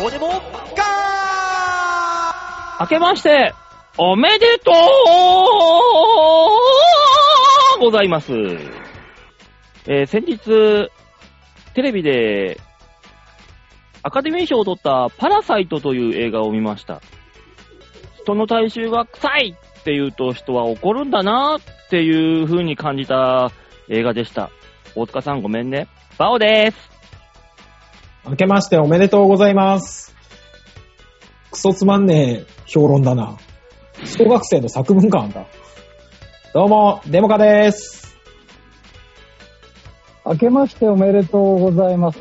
どうでもガー明けまして、おめでとうございます。えー先日、テレビで、アカデミー賞を取ったパラサイトという映画を見ました。人の体臭が臭いって言うと人は怒るんだなっていう風に感じた映画でした。大塚さんごめんね。バオです。明けましておめでとうございます。クソつまんねえ評論だな。小学生の作文感だ。どうも、デモカです。明けましておめでとうございます。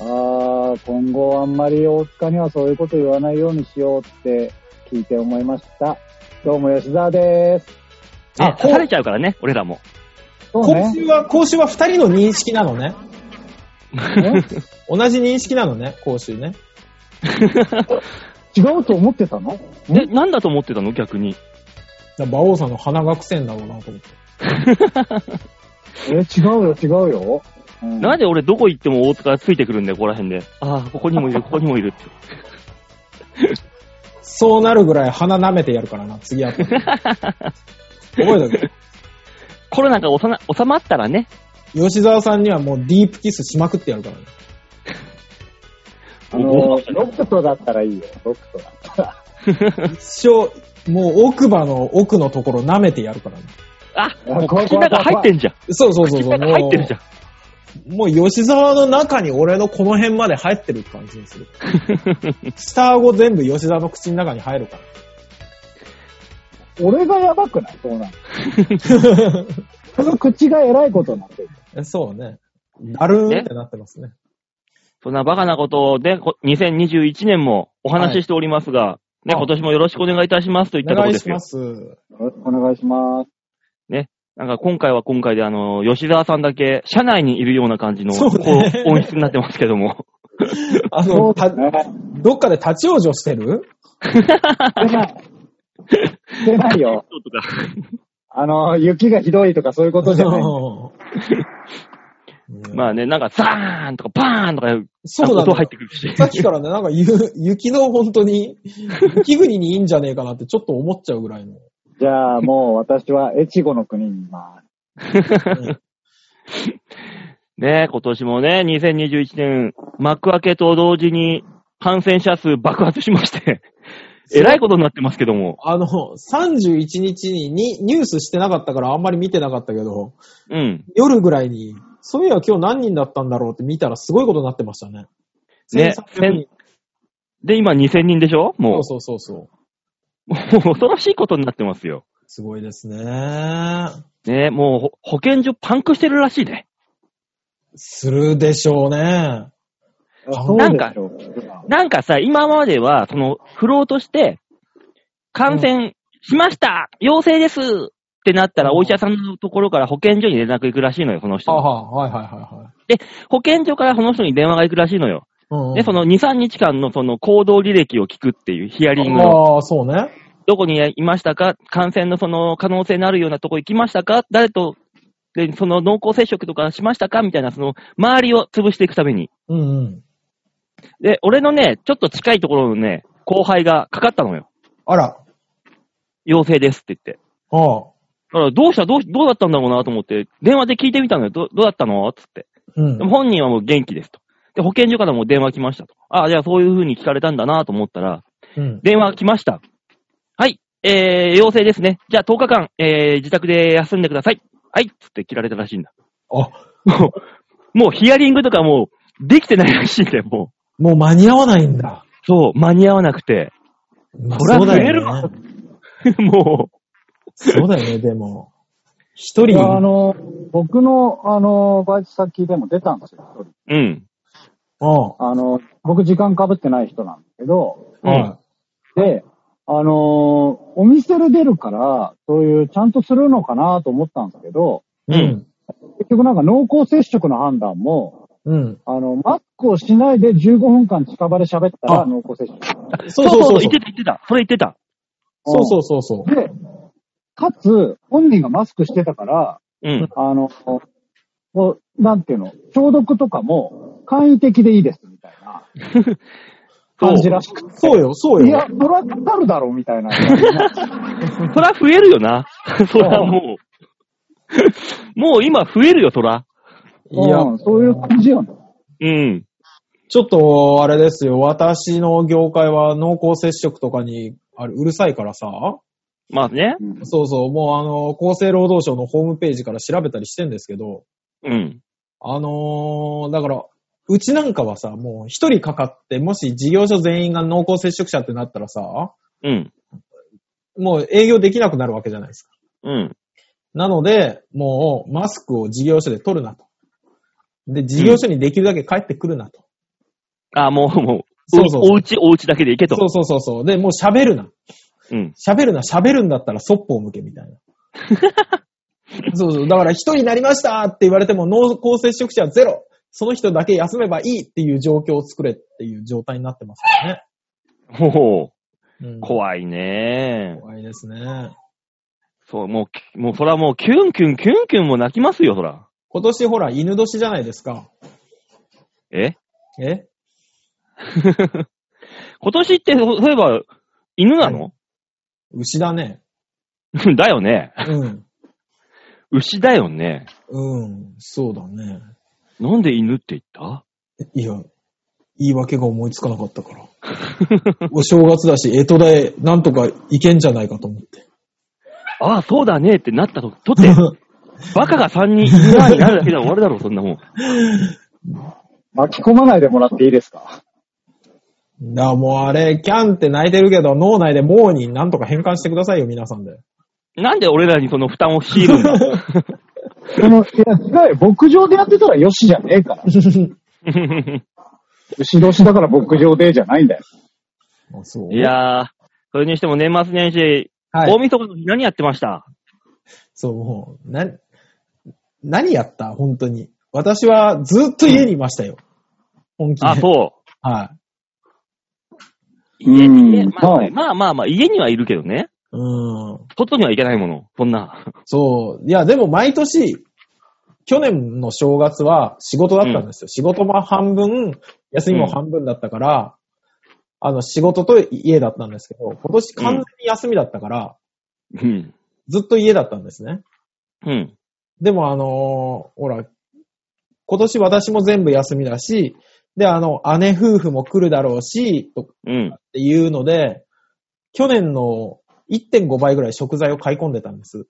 あー、今後あんまり大塚にはそういうこと言わないようにしようって聞いて思いました。どうも吉沢です。ねあ、こ刺されちゃうからね、俺らも。そう今 ね。週は、今週は二人の認識なのね。同じ認識なのね、今週ね。違うと思ってたの で、なんだと思ってたの逆に。だ馬王さんの鼻が癖んだろうなと思って。え、違うよ、違うよ。うんなんで俺どこ行っても大塚がついてくるんだよ、ここら辺で。ああ、ここに もいる、ここにもいるって。そうなるぐらい鼻舐めてやるからな、次会った時覚えと け。コロナが収な収まったらね、 吉沢さんにはもうディープキスしまくってやるからね。あの、ロックトだったらいいよ、ロックトだったら。一生、もう奥歯の奥のところ舐めてやるからね。あ、もう怖い口の中入ってんじゃん。そうそうそう口そう。の中 入ってるじゃん。もう吉沢の中に俺のこの辺まで入ってる感じにする。 下顎全部吉沢の口の中に入るから。俺がやばくないそうなの。その口が偉いことになってる。 えそうね。だるーんってなってますね。そんなバカなことで、こ2021年もお話ししておりますが、ね、あ今年もよろしくお願いいたしますといったおとこ願ろいでしすよま。す。よろしくお願いします。なんか今回は今回であの、吉沢さんだけ車内にいるような感じの、そうねこう音質になってますけども。あの、ただね。どっかで立ち往生してる出ない。出ないよ。とかあの、雪がひどいとかそういうことじゃない。うん まあね、なんかザーンとかバーンとか、そうだ音入ねっ。てくるし。さっきからね、なんかゆ 雪の本当に、雪国にいいんじゃねえかなってちょっと思っちゃうぐら いの。じゃあもう私は越後の国にいます。ね今年もね、2021年、幕開けと同時に感染者数爆発しまして、えらいことになってますけども。あの、31日ににニュースしてなかったからあんまり見てなかったけど、うん。夜ぐらいに、そういえば今日何人だったんだろうって見たらすごいことになってましたね。ね1300人で、今2000人でしょそもうそうそうそう。う、もう恐ろしいことになってますよ。すごいですね。ねもうほ保健所パンクしてるらしいね。するでしょうね。あそうなんかでしょう。なんかさ、今までは、その、フローとして、感染しました、陽性ですってなったら、うんお医者さんのところから保健所に連絡行くらしいのよ、その人はに。は、はいはいはいはい。保健所からその人に電話が行くらしいのよ。うんうんで、その2、3日間のその行動履歴を聞くっていうヒアリングを、ああ、そうね。どこにいましたか感染のその可能性のあるようなとこ行きましたか誰と、で、その濃厚接触とかしましたかみたいな、その周りを潰していくために。うんうん。で、俺のね、ちょっと近いところのね、後輩がかかったのよ。あら。陽性ですって言って。ああ。だから、どうしたどう、どうだったんだろうなと思って、電話で聞いてみたのよ。どどうだったのつって。うんでも。本人はもう元気ですと。で、保健所からも電話来ましたと。ああ、じゃあそういう風に聞かれたんだなと思ったら、うん。電話来ました。はい、えー、陽性ですね。じゃあ10日間、えー、自宅で休んでください。はい、つって切られたらしいんだ。あ、もう、もうヒアリングとかもう、できてないらしいんだよ、もう。もう間に合わないんだ。そう、間に合わなくて。 まあそりゃそうだ触れるよわね。もそうだよね、でも。一い人、やああの、僕の、あの、バイト先でも出たんですよ。一人う、うん。ああの、僕時間かぶってない人なんですけど、うんはで、あの、お店で出るから、そういう、ちゃんとするのかなと思ったんですけど、い。ううんん。結局なんか濃厚接触の判断も、うん。あの、マスクをしないで15分間近場で喋ったらあ濃厚接触。そうそうそう言ってた、言ってた。それ言ってた。そうそうそうそう。で、かつ、本人がマスクしてたから、うん。あの、こうなんていうの、消毒とかも簡易的でいいです、みたいな。感じらしく。そうよ、そういよや、。それはかかるだろ、みたいな。そら増えるよな。 そらもう。 もう今増えるよ、そら。いや、うんそういう感じよね。うん。ちょっと、あれですよ。私の業界は濃厚接触とかに、あれ、うるさいからさ。まあね。うんそうそう、もうあの、厚生労働省のホームページから調べたりしてんですけど、うん。あのーだから、うちなんかはさ、もう一人かかって、もし事業所全員が濃厚接触者ってなったらさ、うん。もう営業できなくなるわけじゃないですか。うん。なので、もうマスクを事業所で取るなと。で、事業所にできるだけ帰ってくるなと。あ、もう、もう。そうそうそうおうち、おうちだけで行けと。そうそうそうそう。で、もう喋るな。うん。喋るな、喋るんだったらそっぽを向けみたいな。そうそう。だから一人になりましたって言われても濃厚接触者はゼロ。その人だけ休めばいいっていう状況を作れっていう状態になってますからね。ほほうんう。怖いね怖いですね。そう、もうき、もう、そらもう、キュンキュン、キュンキュンも泣きますよ、そら。今年ほら、犬年じゃないですか。ええ今年って、そそういえば、犬なの、牛だね。 だよね。うん。牛だよね。うん。そうだね。なんで犬って言ったいや、言い訳が思いつかなかったから。お正月だし、江戸だへなんとかいけんじゃないかと思って。ああ、そうだねってなったと、と って、バカが3人いるなになるだけで終わるだろう、そんなもん。巻き込まないでもらっていいですかだからもうあれ、キャンって泣いてるけど、脳内でモーになんとか変換してくださいよ、皆さんで。なんで俺らにその負担を強いるん だでも、いや、違うよ。牧場でやってたらよしじゃねえから。牛年だから牧場でじゃないんだよ。あそうい、やー、それにしても年末年始、はい大晦日の日何やってました そう、もう、な、何やった本当に。私はずっと家にいましたよ。本気で。あ、そう。はい。うん家にね、まあはいまあまあまあ、家にはいるけどね。うん。外には行けないもの。そんな。そう。いや、でも毎年、去年の正月は仕事だったんですよ。仕事も半分、休みも半分だったから、あの、仕事と家だったんですけど、今年完全に休みだったから、うん。ずっと家だったんですね。うん。でもあのーほら、今年私も全部休みだし、で、あの、姉夫婦も来るだろうし、とかうん。っていうので、去年の1.5倍ぐらい食材を買い込んでたんです。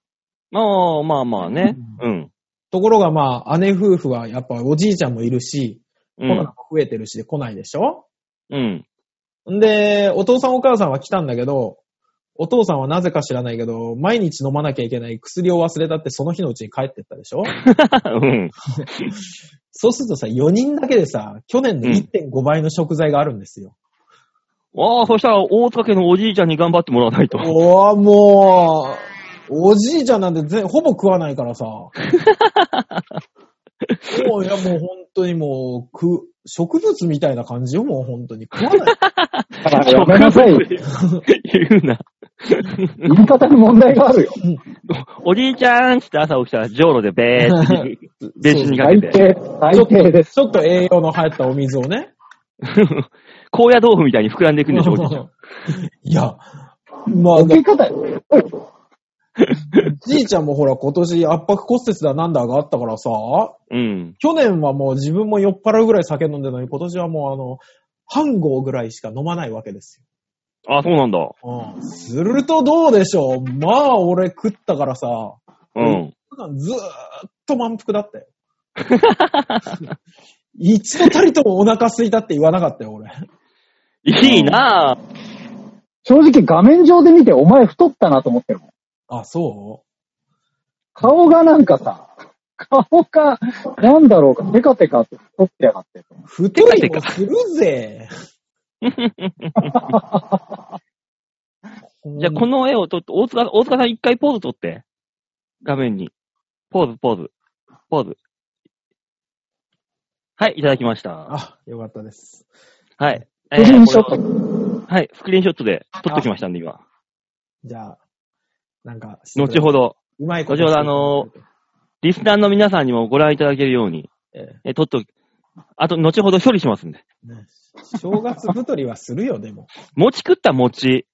まあまあまあね。うん。ところがまあ、姉夫婦はやっぱおじいちゃんもいるし、うコロナんも。増えてるしで来ないでしょ、うん。 ん、で、お父さんお母さんは来たんだけど、お父さんはなぜか知らないけど、毎日飲まなきゃいけない薬を忘れたってその日のうちに帰ってったでしょうん。そうするとさ、4人だけでさ、去年の1.5倍の食材があるんですよ。ああ、そしたら大塚家のおじいちゃんに頑張ってもらわないと。おー、もう、おじいちゃんなんてぜほぼ食わない からさ。もう、いや、もう本当にもう、く、植物みたいな感じよ、もう本当に。食わない。だ からやめなさいよ。言うな。言い方に問題があるよ。おじいちゃんっつって朝起きたら、じょうろでべーって、べーしにか最けて。低、最低 です。ちょっと栄養の入ったお水をね。 高野豆腐みたいに膨らんでいくんでしょ、おじいちゃん。 いや、まあ、受け方よ。じいちゃんもほら、今年圧迫骨折だなんだがあったからさ、うん。去年はもう自分も酔っ払うぐらい酒飲んでたのに、今年はもうあの、半合ぐらいしか飲まないわけですよ。ああ、そうなんだ。うんするとどうでしょうまあ、俺食ったからさ、うん。ずーっと満腹だったよ。 一度たりともお腹空いたって言わなかったよ、俺。いいなぁ。正直画面上で見てお前太ったなと思ってるもん。あ、そ顔がなんかさ、顔が、なんだろうか、テカテカと太ってやがって。う太りてもかてかする ぜ。じゃあ、この絵を撮って、大塚、大塚さん一回ポーズ撮って。画面に。ポーズ、ポーズ。ポーズ。はい、いただきました。あ、よかったです。はい。え個人ショッこれト。をはい、スクリーンショットで撮ってきましたんで、今。じゃあ、なんか、後ほど、ど、うまい後ほどあのリスナーの皆さんにもご覧いただけるように、ええ撮っと、あと、後ほど処理しますんで。えね正月太りはするよ、でも。餅食った餅。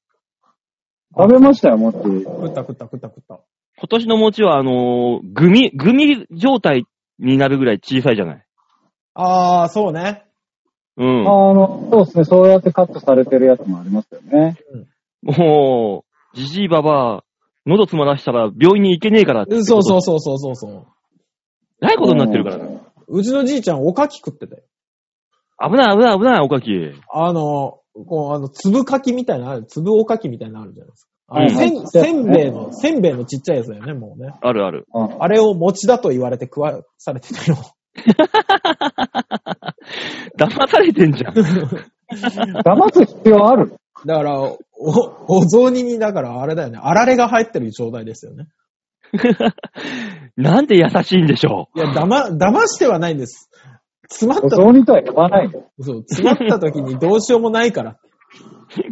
食べましたよ、もち。食った食った食った食った。今年の餅は、あのーグミ、グミ状態になるぐらい小さいじゃない。あー、そうね。うん。あの、そうですね、そうやってカットされてるやつもありますよね。もう、じじいばばあ、喉詰まらしたら病院に行けねえからって。そうそうそうそうそうそう。えらいことになってるからな。ね。うちのじいちゃん、おかき食ってたよ。危ない危ない危ない、おかき。あの、こう、あの、粒かきみたいなのある、粒おかきみたいなのあるじゃないですか。あうのんせん、はいせんべいの、せんべいのちっちゃいやつだよね、もうね。あるある。ああれを餅だと言われて食わされてたよ。騙されてんじゃん。騙す必要あるだから、お、お雑煮に、だからあれだよね、あられが入ってる状態ですよね。なんで優しいんでしょいや、だま、騙してはないんです。詰まっおた、雑煮とは言わないよ。そう、詰まった時にどうしようもないから。う。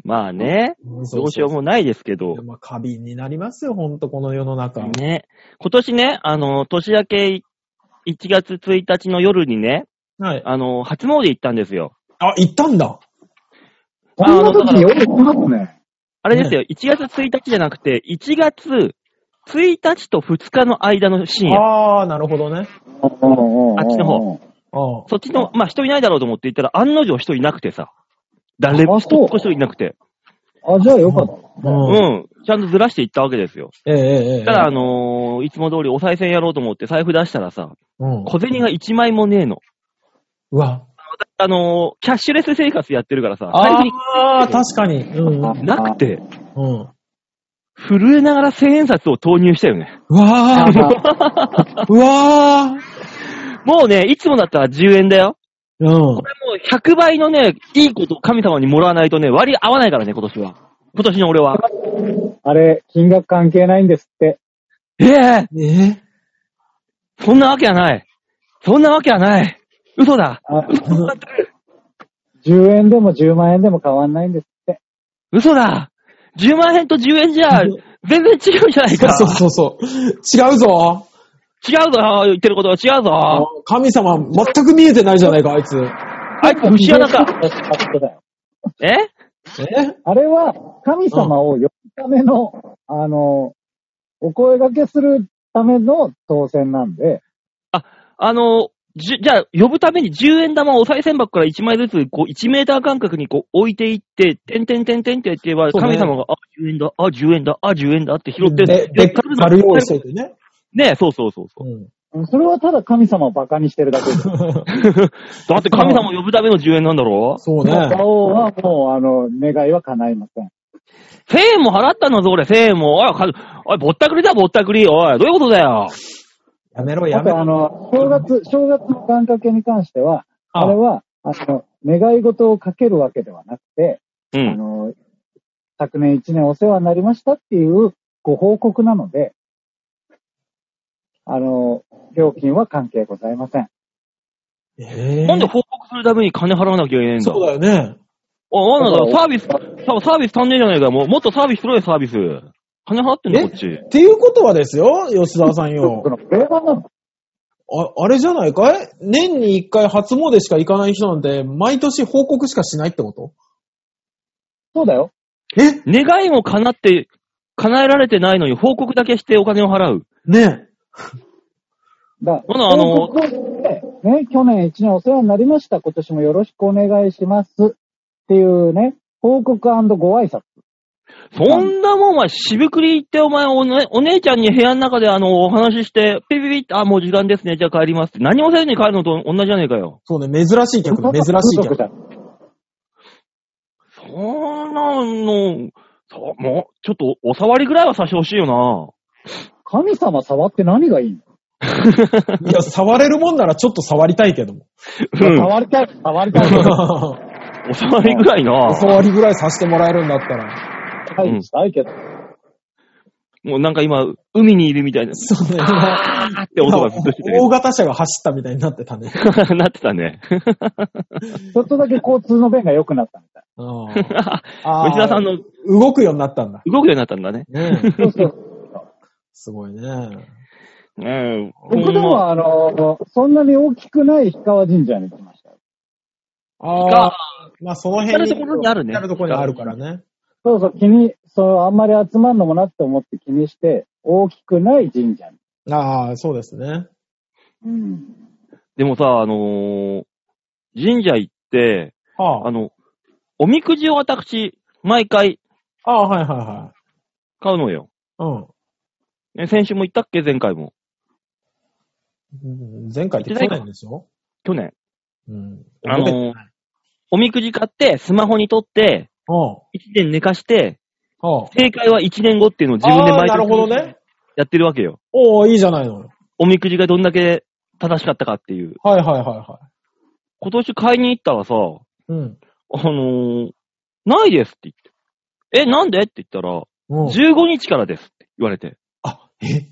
まあね、どうしようもないですけどいや。まあ、過敏になりますよ、ほんと、この世の中。ね。今年ね、あの、年明けい1月1日の夜にね、はい。あの、初詣行ったんですよ。あ、行ったんだ。こんな時によく来ますね。あれですよ、1月1日じゃなくて、1月1日と2日の間の深夜。あー、なるほどね。あっちあっちの方。あそっちの、まあ人いないだろうと思って行ったら、案の定人いなくてさ。誰もあ一そう人いなくて。あ、じゃあよかった。あ。ううん。ん。ちゃんとずらして行ったわけですよ。ええええええただ、あのーいつも通りお賽銭やろうと思って財布出したらさ、うん。小銭が1枚もねえの。うわ。あのーキャッシュレス生活やってるからさ、財布にああ、確かに。うん。うん。なくて、うん震えながら千円札を投入したよね。うわ ー、うわー。もうね、いつもだったら10円だよ。うんこ。れもう100倍のね、いいことを神様にもらわないとね、割り合わないからね、今年は。今年の俺は。あれ、金額関係ないんですって。えええそんなわけはない。そんなわけはない。嘘だ。 あ10円でも10万円でも変わんないんですって。嘘だ。10万円と10円じゃ、全然違うじゃないー、か。そうそうそう。違うぞ。違うぞ、言ってることは違うぞ。神様、全く見えてないじゃないか、あいつ。あいつ節穴か。ええあれは、神様を呼ぶための、あの、お声掛けするための当選なんで、あの、じゅじゃあ、呼ぶために10円玉をお賽銭箱から1枚ずつ、こう、1メーター間隔にこう置いていって、てんてんてんてんってやってれば、そうね神様が、あ、10円だ、あ、10円だ、あ、10円だって拾って、で、でっかくな丸用意しといてね。ねそうそうそうそう。うん。それはただ神様を馬鹿にしてるだけです。だって神様を呼ぶための10円なんだろそうね。馬王はもう、あの、願いは叶いません。 ?1000 円も払ったんだぞ、俺、1000円も。おい、かおい、ぼったくりだ、ぼったくり。おい、どういうことだよ。やめろ、やあめと、ろ。あの、正月、正月の願掛けに関しては、ああれは、あの、願い事をかけるわけではなくて、うあん。の、昨年一年お世話になりましたっていうご報告なので、あの、料金は関係ございません。えーなんで報告するために金払わなきゃいけないんだそうだよね。お、なんだだろ、かサービス、ササービス足んねえじゃないかよ。もうもっとサービスしろよ、サービス。金払ってんの、えこっち。っていうことはです よ、吉沢さんよそ。の定番なの。あ、あれじゃないかい年に一回初詣しか行かない人なんて、毎年報告しかしないってことそうだよ。え願いも叶って、叶えられてないのに報告だけしてお金を払う。ねだほなあの報告をしてね、去年一年お世話になりました。今年もよろしくお願いします。っていうね、報告ご挨拶。そんなもんは渋くり行ってお前お,、ね、お姉ちゃんに部屋の中であの、お話しして、ピピピって、あ、もう時間ですね、じゃあ帰りますって。何もせずに帰るのと同じじゃねえかよ。そうね、珍しい客、 珍しい風俗じ客。ゃんそんなの、そう、もう、ちょっとお触りぐらいはさしてほしいよな。神様触って何がいいのいや、触れるもんならちょっと触りたいけど も。うん。触りたい、触りたい。 お触りぐらいな。触りぐらいさせてもらえるんだったら。はい、したいけど。もうなんか今、海にいるみたいな。そう ね。あーって音がずっとして 大型車が走ったみたいになってたね。て。 なってたね。ちょっとだけ交通の便が良くなったみたい。うんあー吉田さんの動動くようになったんだ。くようになったんだね。ねえそうそう。すごいね。うん。僕でほんまも、あの、そんなに大きくない氷川神社に行きましたよ。あがあ、、まあその辺至る所にあるね至るところにあるからね。そうそう、気に、そう、あんまり集まんのもなって思って気にして、大きくない神社に。ああ、そうですね。うん。でもさ、あのー神社行って、はああ。の、おみくじを私、毎回ああ、はいは買うのよ。いはい。ね、先週も行ったっけ前回も。うん。前回って去年でしょ去年。うん。あの覚えてーないおみくじ買って、スマホに撮って、うん。 1年寝かして、は正解は1年後っていうのを自あ。分で毎ああなるほど年ね。やってるわけよ。おおいいじゃないのよ。おみくじがどんだけ正しかったかっていう。はいはいはいは今年買いに行ったらさ、い。うん。あのーないですって言って。え、なんでって言ったら、うん。 15日からですって言われて。あ、え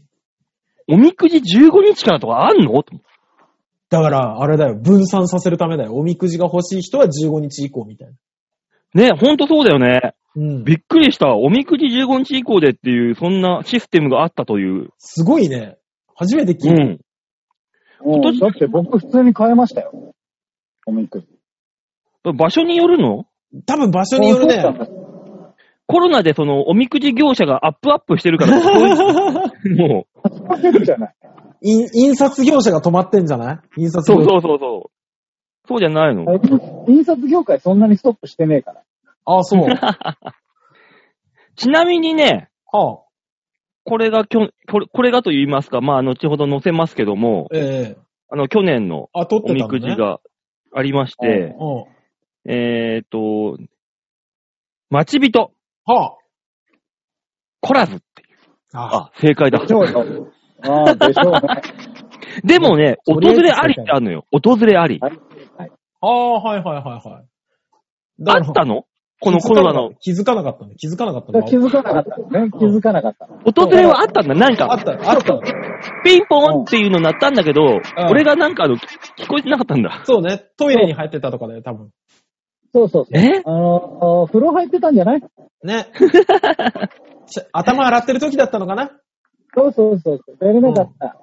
おみくじ15日からとかあんのと思ってだから、あれだよ。分散させるためだよ。おみくじが欲しい人は15日以降みたいな。ね、ほんとそうだよね。うん。びっくりした。おみくじ15日以降でっていう、そんなシステムがあったという。すごいね。初めて聞ういた。ん。うん今年だって僕普通に変えましたよ。おみくじ。場所によるの多分場所によるね。コロナでその、おみくじ業者がアップアップしてる から、そういうもう、じゃない。印 印刷業者が止まってんじゃない印刷そ業う者。そうそうそう。そうじゃないの。印刷業界そんなにストップしてねえから。ああ、そう。ちなみにね、はこれがきょ、これこれがと言いますか、まあ、後ほど載せますけども、あ、ええあの、去年のあ、取っておたの、ね、みくじ。がありまして、うん。はえっ、と、待ち人、あ。来らずっていう。あああ、正解だ。でしょうよ。ああ、でしょうね。でもね、と訪りあえずれありってあるのよ。訪れあり。はい。はい、ああ、はいはいはいはあい。だからったのこのコロナの。気づかなかったの。気づかなかっただの。 から気づかなかったのね。気づかなかったの。訪れはあったんだ。なんあかっ、たの、あったの。ピンポンっていうの鳴ったんだけど、俺がなんかあの、聞聞こえてなかったんだ。そうね。トイレに入ってたとかだよ、多分。そうそうそう。えあの、風呂入ってたんじゃない ね。し頭洗ってる時だったのかなそうそうそうそう。やれなかった。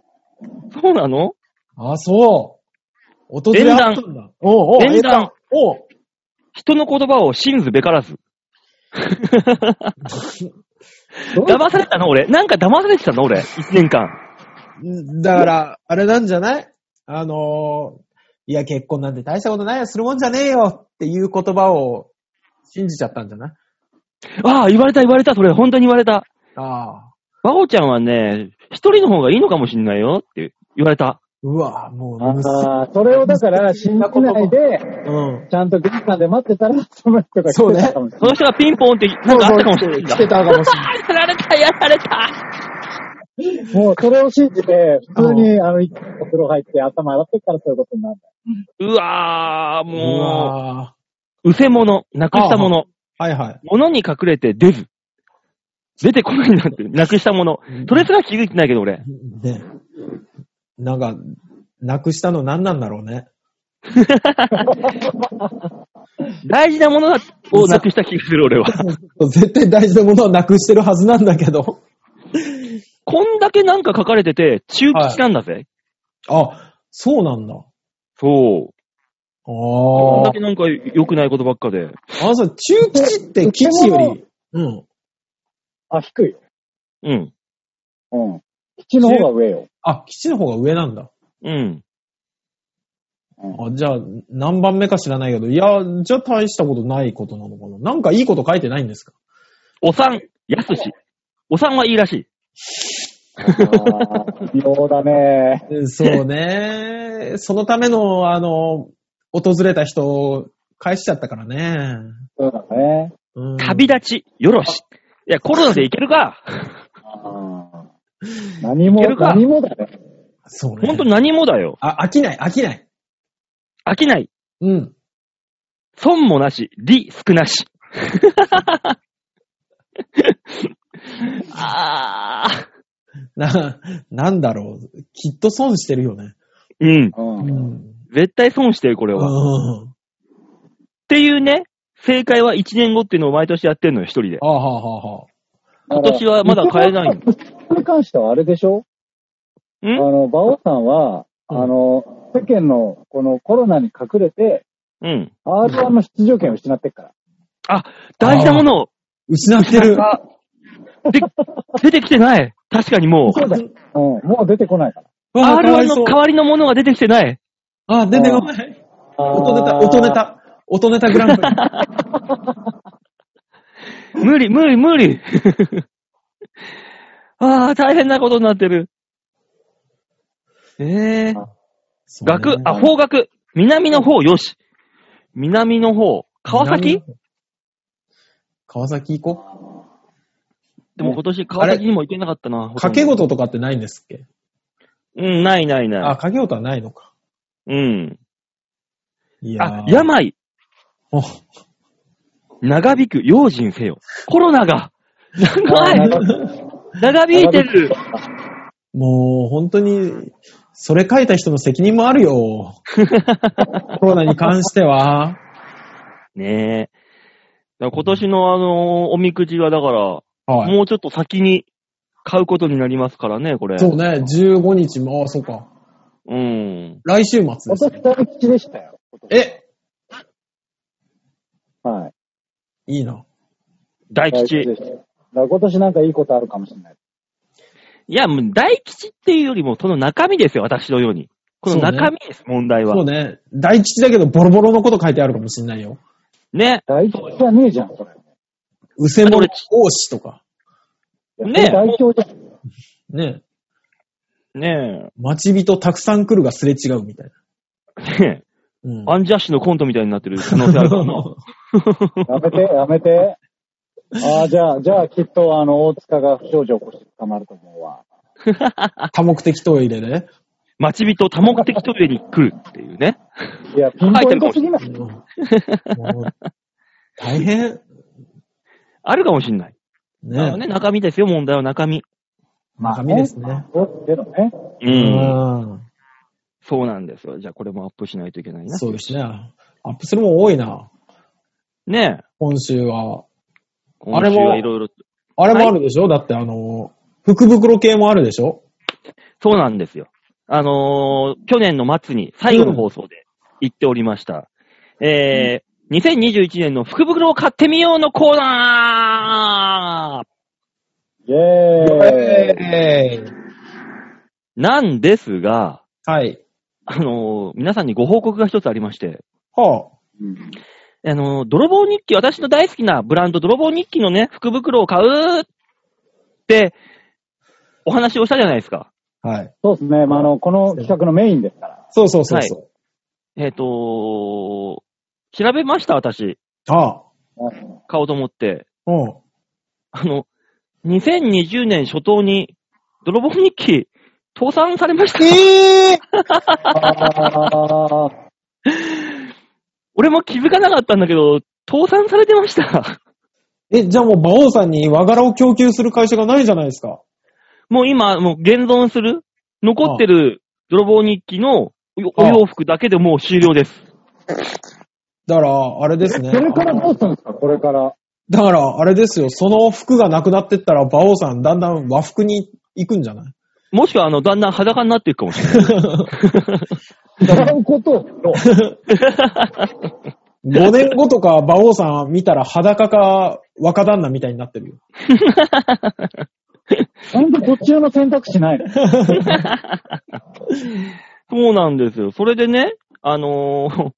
そうなのああ、そう。訪れあったんだ。おうおう、連弾連弾おう人の言葉を信ずべからず。どう騙されたの俺。なんか騙されてたの俺。一年間。んだから、あれなんじゃないあのーいや、結婚なんて大したことないよ、するもんじゃねえよっていう言葉を信じちゃったんじゃないああ、言われた言われた。それ本当に言われた。ああ。バオちゃんはね、一人の方がいいのかもしんないよって言われた。うわ、もう、ああ、それをだから信じないで、うん。ちゃんと玄関で待ってたら、その人が来てたかもしれそない。の人がピンポンってなんかあったかもしれないんだ。来てたかもしれない。やられた、やられた。もうそれを信じて、普通に、あの、一気にお風呂入って頭洗ってからそういうことになるんだ。うわー、うもわう、うせ者、なくしたあ者、はいはい。物に隠れて出ず。出てこないなんて、なくした者。それすら気づいてないけど俺。ね。なんか、なくしたの何なんだろうね。大事なものだをなくした気がする俺は。絶対大事なものをなくしてるはずなんだけど。こんだけなんか書かれてて、中吉なんだぜ。あ、そうなんだ。そう。こんあだけなんか良くないことばっかで。あ。あのさ、中吉って基地より、うん。あ、低いよ。うん。うん。基地の方が上よ。あ、基地の方が上なんだ。うん。あじゃあ、何番目か知らないけど、いや、じゃあ大したことないことなのかな。なんかいいこと書いてないんですかおさん、やすし。おさんはいいらしい。ああ、微妙だね。そうね。 そのための、あの、訪れた人を返しちゃったからね。そうだね。うん旅立ち、よろし。いや、コロナでいける か。あー何もいけ、るか何もだね。そうね。ほんと何もだよ。あ、飽きない、飽きない。飽きない。うん。損もなし、利少な し。ああ。な、なんだろう。きっと損してるよね。うん。う。うんん。絶対損してる、これは。っうん。ていうね、正解は1年後っていうのを毎年やってんのよ、一人であ。はあはあはあ。今年はまだ買えないの。これに関してはあれでしょあんの、馬王さんは、あの、世間のこのコロナに隠れて、うん。 R1 の出場権を失ってっから。大事なものを、失ってる。で、出てきてない。確かにもう、そうだよ。うん。もう出てこないから。 あーかわ R1 いそうの代わりのものが出てきてない。あー、出てこない。音ネタ、音ネ。タ、音ネタグランプ無理、リ。無理、無理。 ああ、大変なことになってる。ええ学、あ、う方角。南の方、よし。南の方、川崎川崎行こでも今年川崎にも行けなかったな。ほとんう。ど掛け事とかってないんですっけうん、ないないあ、な掛け事はないのか。い。うん。いやあ、ー病、お長引く、用心せよ。コロナが、長あーい、長引いてる。もう本当に、それ書いた人の責任もあるよ。コロナに関しては。ねえ。だから今年のあのーおみくじはだから、はい。もうちょっと先に買うことになりますからね、これ。そうね、15日も、あ、そうか。うん。来週末です私ね。大吉でしたよ。えはい。いいな。大吉。いでした。だから今年なんかいいことあるかもしれない。や、もう大吉っていうよりも、その中身ですよ、私のように。この中身です、問題そはう。ね、大吉だけどボロボロのこと書いてあるかもしれないよ。ね。大吉じゃねえじゃん、これ。うせもの講師とか。いやねえこれ大凶じゃん。ね。ね待ち人たくさん来るがすれ違うみたいな。え。ねえ。うん。アンジャッシュのコントみたいになってる可 能性あるからな。やめて、やめて。ああ、じゃあ、じゃあ、きっと、あの、大塚が不祥事を起こして捕まると思うわ。多目的トイレで ね。待ち人多目的トイレに来るっていうね。いや、ピンポイントすぎなうい。んもう大変。あるかもしんない。あのね、ね。中身ですよ、問題は中身。中身ですね。そうけどね。う。うんん。そうなんですよ。じゃあこれもアップしないといけないな。そうですね。アップするもん多いな。ねえ。今週は。今週あれもはいろいろ。あれもあるでしょ、だってあの、福袋系もあるでしょそうなんですよ。あのー去年の末に最後の放送で言っておりました。えー、2021年の福袋を買ってみようのコーナーイェーイ。えーなんですが、はい。あのー皆さんにご報告が一つありまして、はうんあのー泥棒日記、私の大好きなブランド、泥棒日記のね、福袋を買うって、お話をしたじゃないですか。あ。はい。そうですね。まあ、あの、この企画のメインですから。そうそうそうそう。えっ、とー調べました、私。はうん買おうと思って。あ。うん。あの、2020年初頭に、泥棒日記、倒産されました。ええ あー俺も気づかなかったんだけど、倒産されてました。 え、じゃあもう馬王さんに和柄を供給する会社がないじゃないですか。もう今、もう現存する、残ってる泥棒日記のおお洋服だけでもう終了です。だから、あれですね。それからどうするんですかこれから。だから、あれですよ。その服がなくなってったら、馬王さん、だんだん和服に行くんじゃないもしくは、あの、だんだん裸になっていくかもしれない。 そういうことをしろ ?5 年後とか、馬王さん見たら裸か若旦那みたいになってるよ。なんで途中の選択肢ないのそうなんですよ。それでね、あのー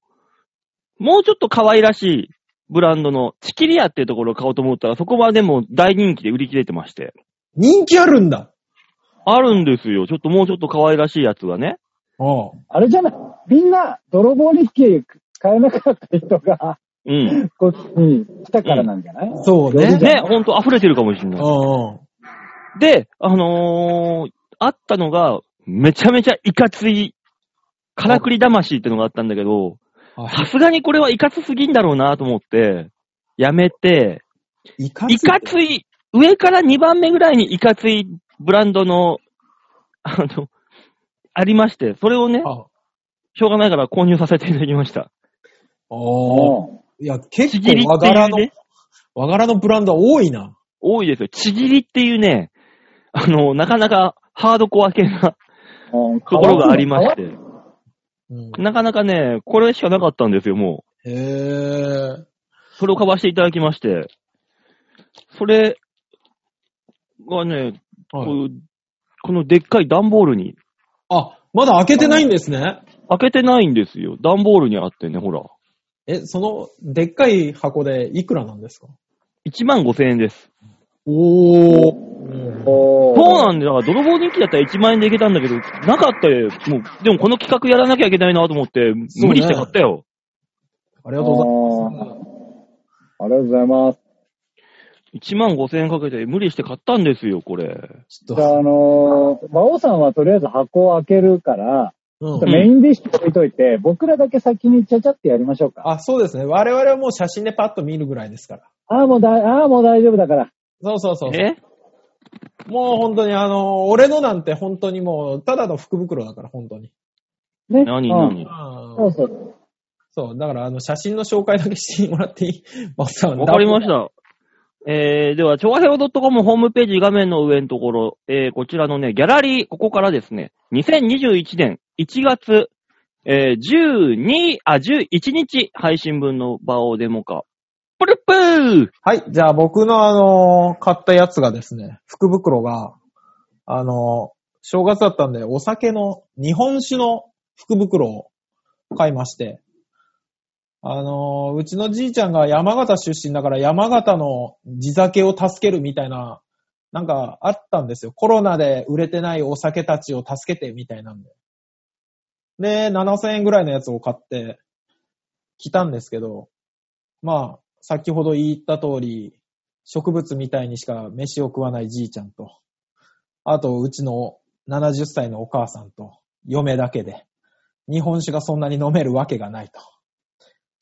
もうちょっと可愛らしいブランドのチキリアっていうところを買おうと思ったら、そこはでも大人気で売り切れてまして。人気あるんだあるんですよ。ちょっともうちょっと可愛らしいやつがね。ああ。あれじゃないみんな、泥棒日記買えなかった人が、うん。こっちに来たからなんじゃない、そうね。ね、ほんと溢れてるかもしれない。うんうん。で、あのー、あったのが、めちゃめちゃいかつい、からくり魂ってのがあったんだけど、はさすがにこれはいかつすぎんだろうなと思って、やめて、い。いかいかつい、上から2番目ぐらいにいかついブランドの、あの、ありまして、それをね、あしょうがないから購入させていただきました。ああ。うんいや、結ちぎり構和ってい柄うの、ね、和柄のブランドは多いな。多いですよ。ちぎりっていうね、あの、なかなかハードコア系なうんところがありまして、うん。なかなかね、これしかなかったんですよ、もへえ。それを買わせていただきまして、それがね、こはうい。いうこのでっかい段ボールに、あ、まだ開けてないんですね。開けてないんですよ。段ボールにあってね、ほら。え、その、でっかい箱でいくらなんですか1万5千円です。おー。おそううなんで、だから泥棒人気だったら1万円でいけたんだけど、なかったよ。もう、でもこの企画やらなきゃいけないなと思って、ね無理して買ったよ。ありあがとうございます。ーありがとうございます。 1万5千円かけて無理して買ったんですよ、これ。ちょっじゃあ、あと、のー、馬王さんはとりあえず箱を開けるから、うちんょっとメインディッシュ置いといて、僕らだけ先にちゃちゃってやりましょうか。あ、そうですね。我々はもう写真でパッと見るぐらいですから。ああ、もうだ、ああ、もう大丈夫だから。そうそうそうそう。えもう本当にあの、俺のなんて本当にもう、ただの福袋だから、本当に。ね。何うん何そそううそう。そう。だからあの、写真の紹介だけしてもらっていい マスターわかりましした。えー、では、調和表 .com ホームページ画面の上のところ、えー、こちらのね、ギャラリー、ここからですね、2021年1月、えー、12、あ、11日配信分の場をデモ化。プルプーはい。じゃあ僕のあの、買ったやつがですね、福袋が、あの、正月だったんで、お酒の、日本酒の福袋を買いまして、あの、うちのじいちゃんが山形出身だから山形の地酒を助けるみたいな、なんかあったんですよ。コロナで売れてないお酒たちを助けてみたいなんで。で、7000円ぐらいのやつを買って、来たんですけど、まあ、先ほど言った通り、植物みたいにしか飯を食わないじいちゃんと、あと、うちの70歳のお母さんと、嫁だけで、日本酒がそんなに飲めるわけがないと。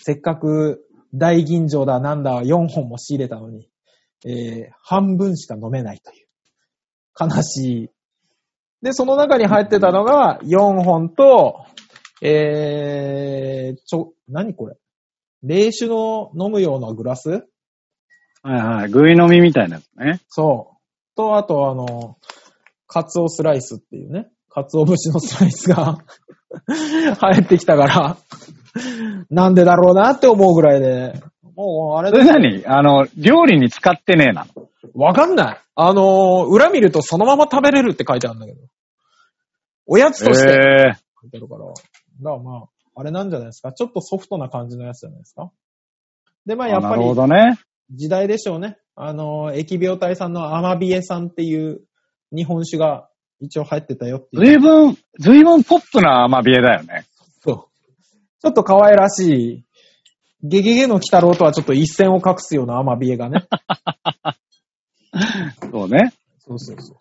せっかく、大吟醸だなんだ4本も仕入れたのに、えー半分しか飲めないという。悲しい。で、その中に入ってたのが、4本と、えー、ちょ、何これ冷酒の飲むようなグラスはいはい。グイ飲みみたいなやつね。そう。と、あと、あの、カツオスライスっていうね、カツオ節のスライスが 入ってきたから、なんでだろうなって思うぐらいで、もうあれそだれ何あの、料理に使ってねえな。わかんない。あのー、裏見るとそのまま食べれるって書いてあるんだけど。おやつとしてえ書いてあるから。だからまあ、あれなんじゃないですか。ちょっとソフトな感じのやつじゃないですか。で、まあえやっなぱりる、ほどね。時代でしょうね。あの、疫病退散のアマビエさんっていう日本酒が一応入ってたよっていう。随分、随分ポップなアマビエだよね。そう。ちょっと可愛らしい、ゲゲゲの鬼太郎とはちょっと一線を画すようなアマビエがね。そうね。そうそうそう。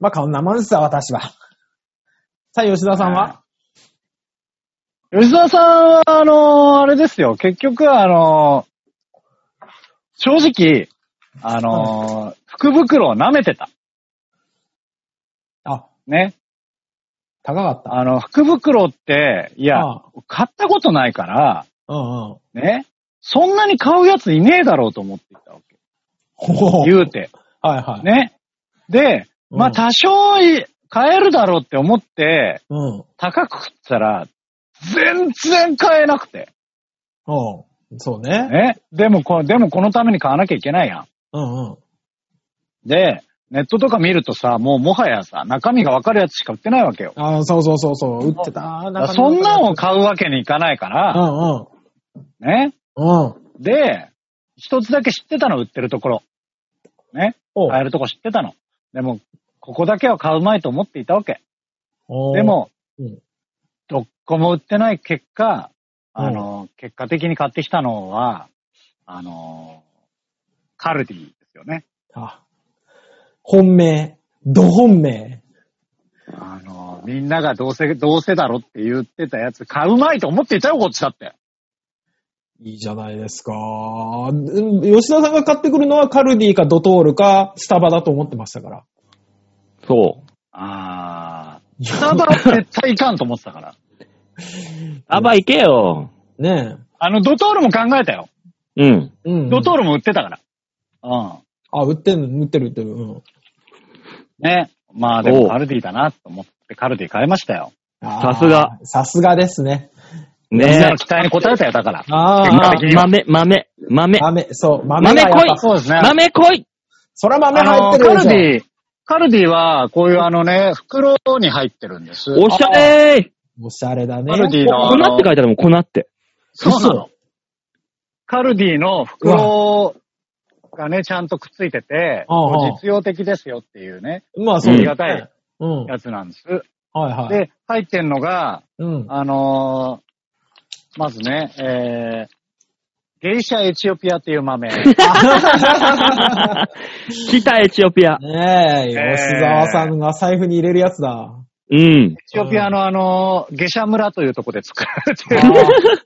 まあ、こんなもんですわ、私は。さあ、吉田さんは吉沢さんは、あの、あれですよ。結局、あの、正直、あの、福袋を舐めてた。あ、ね。高かった。あの、福袋って、いや、あ買ったことないから、うんうん。ね。そんなに買うやついねえだろうと思っていたわけ。ほう。言うて。はいはい。ね。で、まうあん多少い買えるだろうって思って、うん。高く食ったら、全然買えなくて。うん。そうね。ね。でもこ、でもこのために買わなきゃいけないやうんうん。ん。で、ネットとか見るとさ、もうもはやさ、中身がわかるやつしか売ってないわけよ。あそうそうそうそう。売ってた。だからそんなんをか。買うわけにいかないかうら、んね。うん。うん。で、一つだけ知ってたの、売ってるところ。ね。おう買えるとこ知ってたの。でも、ここだけは買うまいと思っていたわけ。おーで、もうん、どっこも売ってない結果、あの、結果的に買ってきたのは、あの、カルディですよね。あ、本命、ど本命。あの、みんながどうせ、どうせだろって言ってたやつ、買うまいと思っていたよ、こっちだって。いいじゃないですか。うん吉田さんが買ってくるのはカルディかドトールかスタバだと思ってましたから。そあー、スタバ は絶対いかんと思ってたから。う。あば行けよ。ねあの、ドトールも考えたよ。うん。え。うん。ドトールールも売ってたから。うん。あ、売ってる、売ってる、売ってる。うん。ね。まあでもおうカルディだなと思ってカルディ買いましたよ。あーさすが。さすがですね。みんなねの期待に応えたよ、だから。ああ、的には豆、豆、豆、豆、そう、豆豆がやっ来いぱ、そうですね。豆来いそら豆あ入のってるでしょカルディ、カルディは、こういうあのね、袋に入ってるんです。おしゃれーおしゃれだね。カルディの粉っあての書いてあるもん、粉って。そうなの。カルディの袋がね、ちゃんとくっついてて、うんうん実用的ですよっていうね、まあ、そうだあねりがたいうん。はいやつなんです。はい。で、入ってんのが、うん。あのーまずね、えー、ゲイシャエチオピアってい う豆。 北エチオピア。ねえ、えー吉沢さんが財布に入れるやつだ。うんエ。チオピアのあのー、ゲシャ村というとこで作られてあるー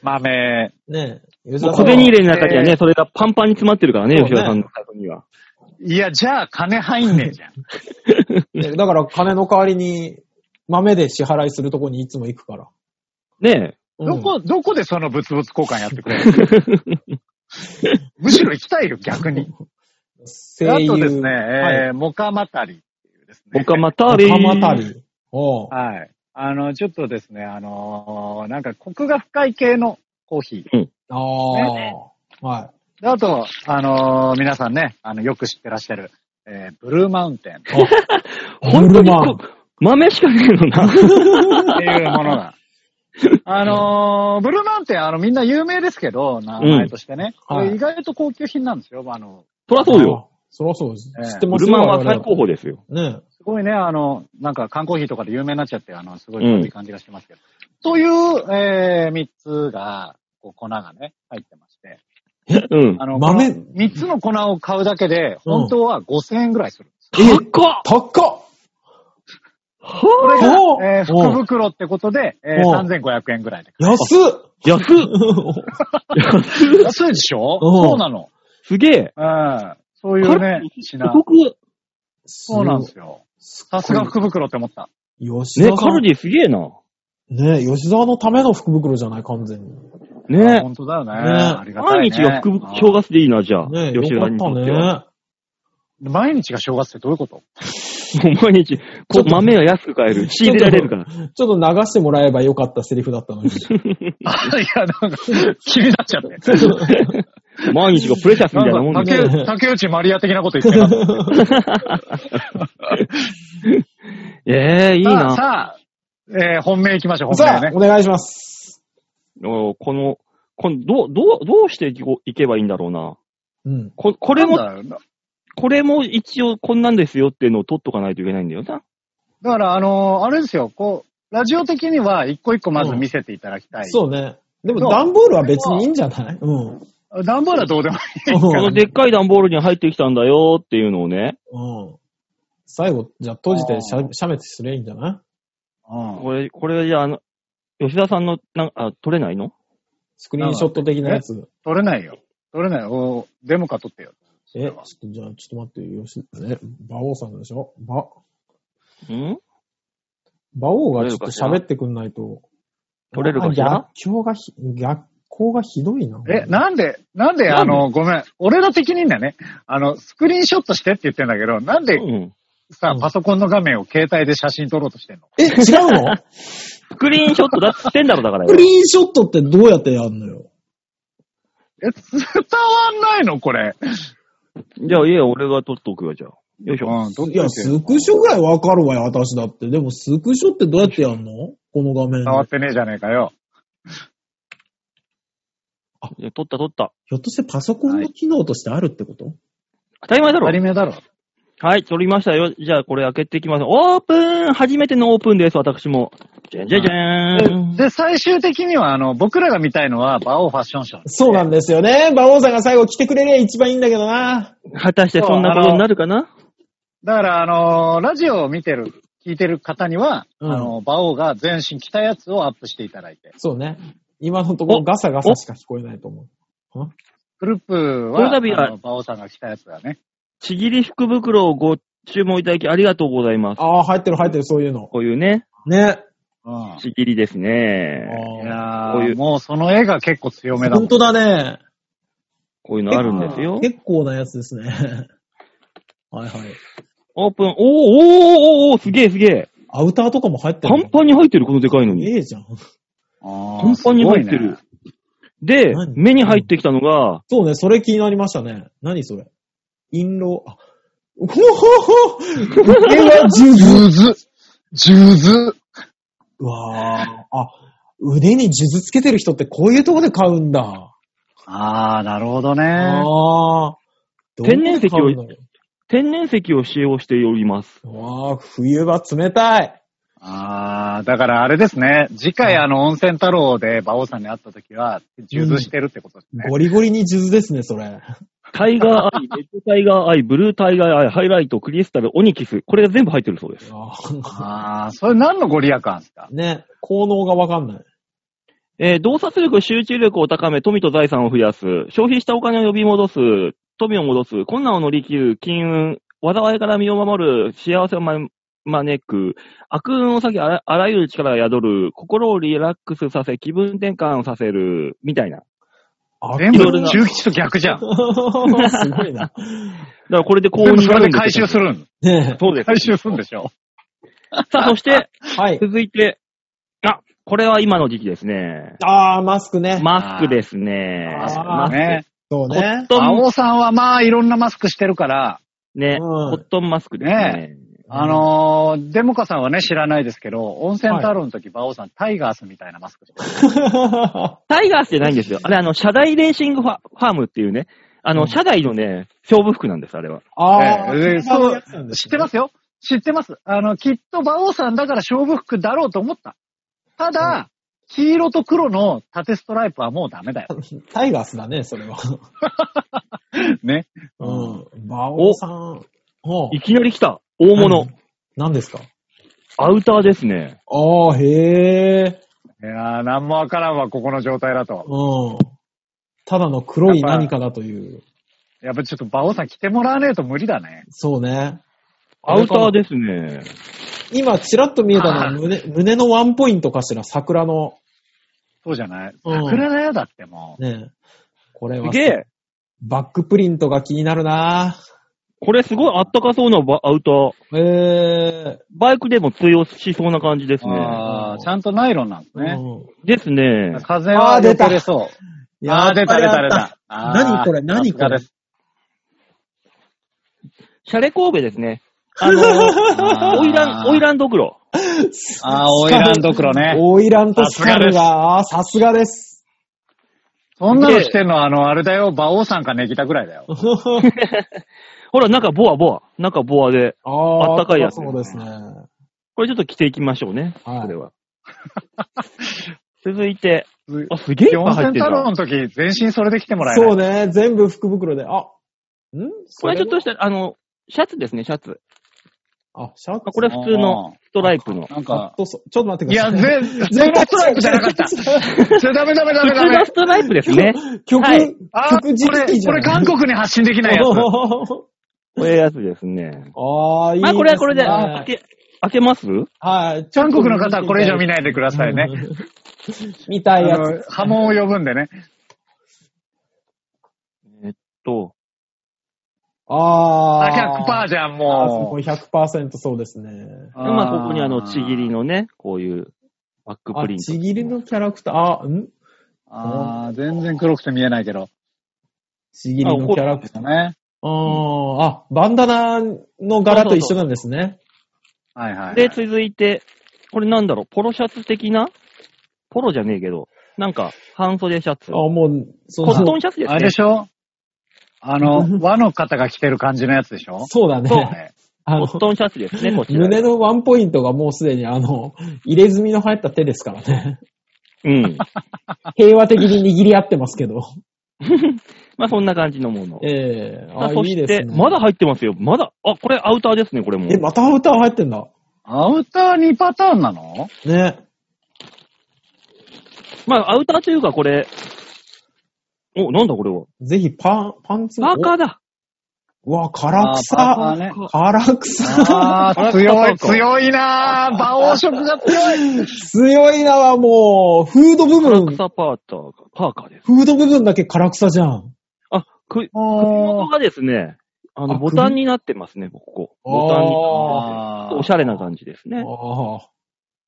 豆。ねえ、吉もう沢小さん。銭入れの中にはえね、ーそれがパンパンに詰まってるからね、そうね吉田さんの財布には。いや、じゃあ金入んねえじゃん。ねだから金の代わりに豆で支払いするとこにいつも行くから。ねうんどこ、どこでその物々交換やってくれる むしろ行きたいよ、逆に。声優。あとですね、はいえー、モカマタリっていうですえ。ね。岡またり。岡また。り。おうはい。あの、ちょっとですね、あのーなんかコクが深い系のコーヒー。ああ。 はであと、あのー皆さんね、あの、よく知ってらっしゃる、えー、ブルーマウンテンっい。本当にブルマンこ豆しかねえの な。ていうものが。あのーブルーマウンテン、あの、みんな有名ですけど、名前としてね。うんこれはい意外と高級品なんですよ。あの、そらそうよ。。あそらそうです。ええ知ってブますルよマンは最高峰ですよ。ねすごいね、あの、なんか缶コーヒーとかで有名になっちゃって、あの、すごいうんいい感じがしてますけど。そういう、えー、三つが、こう、粉がね、入ってまして。うん。あの、豆この三つの粉を買うだけで、本当は5000円ぐらいするんです。高っ高っこれおが、えー、お福袋ってことで、えー、お3500円ぐらいで買安っ 安っえる。安いでしょうんそうなの。すげえ。うん。そういうね、品す。ごく、そうなんですよ。さすが福袋って思った。吉ね、沢さカんル。ディすげえな。ね吉沢のための福袋じゃない、完全に。ね本当だよね。ありがたい、毎ね。日が福袋、正月。月でいいな、じゃあ。ね吉よ田かっにとたっては。ね。毎日が正月ってどういうこと もう毎日、ちょこっうと豆が安く買える。仕入れられるから。ちょっと流してもらえばよかったセリフだったのに。あいや、なんか、気になっちゃって。 毎日がプレシャスみたいなもんなんでか竹竹内マリア的なこと言ってな かっええいいた。さあ、な。さあえー本命行きましょう、本さあ命、ね。お願いします。おこの、このどう、どう、どうしていこいけばいいんだろうな。うん。ここれも、なんだろうこれも一応こんなんですよっていうのを取っとかないといけないんだよな。だから、あのーあれですよ、こう、ラジオ的には一個一個まず見せていただきたい。そうね。でそもう段ボールは別にいいんじゃないうん。うん。段ボールはどうでもいこのでっかい段ボールに入ってきたんだよっていうのをね。うん。最後、じゃあ閉じてしゃ、しゃめてすりゃいいんじゃないい。これ、これじゃあ、あの、吉田さんの、なんあ、取れないのスクリーンショット的なやつ。取れないよ。取れないよ。おデモか取ってよ。え、ちょっとじゃあ、ちょっと待ってよ、し、ね、馬王さんでしょ馬、ん馬王がちょっと喋ってくんないと。取れるかしあら逆境がひ、逆光がひどいな。え、なんで、なんで、なあんでの、ごめん。俺の責任だね。あの、スクリーンショットしてって言ってんだけど、なんうでん。さう、んパソコンの画面を携帯で写真撮ろうとしてんのえ、違うの ススクリーンショットだってしてんだろだから クよ。リーンショットってどうやってやるのよ。え、伝わんないのこれ。じゃあ、いや、俺が取っとくよ、じゃあ。よいしょ。うん、撮っといいてよや、スクショぐらいわかるわよ、私だって。でも、スクショってどうやってやるのこの画面で。伝わってねえじゃねえかよ。いや取った取った。ひょっとしてパソコンの機能としてあるってこと、当たり前だ当ろた。り前だろ。はい、取りましたよ。じゃあ、これ開けていきます。オープン初めてのオープンです、私も。じゃんじゃじゃーん。で、最終的には、あの、僕らが見たいのは、バオファッションショー。そうなんですよね。馬王さんが最後来てくれりゃ一番いいんだけどな。果たしてそんなことになるかなだから、あのーラジオを見てる、聞いてる方には、うんあの、バオが全身着たやつをアップしていただいて。そうね。今のところガサガサしか聞こえないと思う。グループこのは、度はあのバオさんが着たやつだね。ちぎり福袋をご注文いただきありがとうございます。ああ、入ってる入ってる、そういうの。こういうね、ね。うん。ちぎりですね。いあやこういーうもうその絵が結構強めあだも本。ん当だね。こういうのあるんですよ。結構なやつですね。 はいはい。オープン。おーおーおーおーおーすげえすげえ。アウターとかも入ってパるンパンに入ってる、このでかいののに。ええじゃん。本本当に入ってる。。で何、目に入ってきたの が、そうね、それ気になりましたね。何それ。印籠、あ、 ほほほいや、じゅずず。じゅず。うわぁ、あ、腕に数珠つけてる人ってこういうとこで買うんだ。あー、なるほどあね。あー。天然石をどうやって買うんだろ天然石を使用しております。うわあ、冬は冷たい。あー、だからあれですね。次回あの、温泉太郎で馬王さんに会った時は、じゅずしてるってことですね。ゴリゴリに数珠ですね、それ。タイガーアイ、レッドタイガーアイ、ブルータイガーアイ、ハイライト、クリスタル、オニキス。これが全部入ってるそうです。ああー、それ何のご利益なんですかーね、効能がわかんない。えー洞察力、集中力を高め、富と財産を増やす。消費したお金を呼び戻す。富を戻す。困難を乗り切る。金運。災いから身を守る。幸せをま招く。悪運を避け、あらあらゆる力が宿る。心をリラックスさせ、気分転換をさせる。みたいな。だあ全い部ろいろ な中吉と逆じゃ ん。すごいな。からこれで幸全運部にそなれるんでで回す収よ。するん。ねそうです。回収するんでしょ。 さあ、そして、はい。続いて、あ、これは今の時期ですね。あー、マスクね。マスクですね。あーマスク。ね。そうコねッ。ト馬ン、王さんはまあ、いろんなマスクしてるから、ね、うんコットンマスクですね。あのー、デモカさんはね、知らないですけど、温泉太郎の時、馬王さん、タイガースみたいなマスクしてる。タイガースじゃないんですよ。あれ、あの、社大レーシングファファームっていうね、あうの、ん社大のね、勝負服なんです、あれは。あええー、そう知ってますすよ知ってます。あの、きっと馬王さんだから勝負服だろうと思った。ただ、黄色と黒の縦ストライプはもうダメだよ。タイガースだね、それは。 ね。うん。馬王さん。おいきなり来た、大物、何何ですかアウターですね。ああ、へえ。いやー、なんもわからんわ、ここの状態だと。うん。ただの黒い何かだという。やっぱちょっと馬王さん来てもらわねえと無理だね。そうね。アウターですね。今、ちらっと見えたのは胸、胸のワンポイントかしら、桜の。そうじゃないうん桜だよ、だってもねこれすはげ、え。バックプリントが気になるなこれすごいあったかそうなバアウター。えバイクでも通用しそうな感じですう。ね。あーちゃんとナイロンなんですー。ね。うんですね。風はあー出出たたれそう。あー、出た出た出。た。あー何これ何これさすがですシャレ神戸ですね。あの ー、オイラン、オイランドク ロ。あー、オイランドクロね。オイランとスカルが、あーさすがです。そんなのしてんの、あの、あれだよ、馬王さんかネギタぐらいだよ。ほら、中ボアボア。中ボアで。あああったかいやつそうですね。これちょっと着ていきましょうね。はいそれは。 続いて。四あ、すげえいっぱい入千って太る郎な。の時、全身それで来てもらえないそうね、全部福袋で。あ、んこれちょっとした、あの、シャツですね、シャツ。あ、シャツ。これ普通のストライプの。なんあか、とそちょっと待っていくだや、さい。全、全部ストライプじゃなかった。それダメダメダメ普ダ通メの。ストライプですね。 曲、はいあー、曲こ実れ、機じこゃれない韓国に発信できないや つ。こういうやつですね。 ああ、いいすまね。あこれはこれで、開はけ、開けますい。韓国の方はこれ以上見ないないでくださいね。。見たあいやのつ。、波紋を呼ぶんでね。えっと、ああ、あ。 100%じゃん、あーももうう。 100%そうですね。まあここにあの、ちぎりの。のね、こういうバックあプリ、ント。ちぎりのキャラクター、あ、んあー全然黒くて見えないけど。ちぎりのキャラクター。ね。あーあ、バンダナの柄と一緒なんですね。はいはいはい。で、続いて、これなんだろう、ポロシャツ的なポロじゃねえけど、なんか、半袖シャツ。あコもう、そットのンシャツですあれでね。しょ あの、和の方が着てる感じのやつでしょそうだそうね。ねあコの、ットンシャツですね、こちら。胸のワンポイントがもうすでにあの、入れ墨の入った手ですからね。うん。平和的に握り合ってますけど。まあ、そんな感じのもの。ええさああ、そいいしですて、ね。まだ入ってますよ。まだ、あ、これアウターですね、これも。え、またアウター入ってんだ。アウター2パターンなのね。まあ、アウターというか、これ、お、なんだこれは。ぜひパン、パンツパーカーだ。おうわ、唐あ草。ーパー唐草。 あー、強い、強いなー馬王色が強 い強いなはもう、フード部唐分、草パーター、パーカーです。フード部分だけ唐草じゃん。あ、く、お元がですね、ああの、ボ首タンになってますね、ここ。ボタンに。あおしゃれな感じですね。ああ。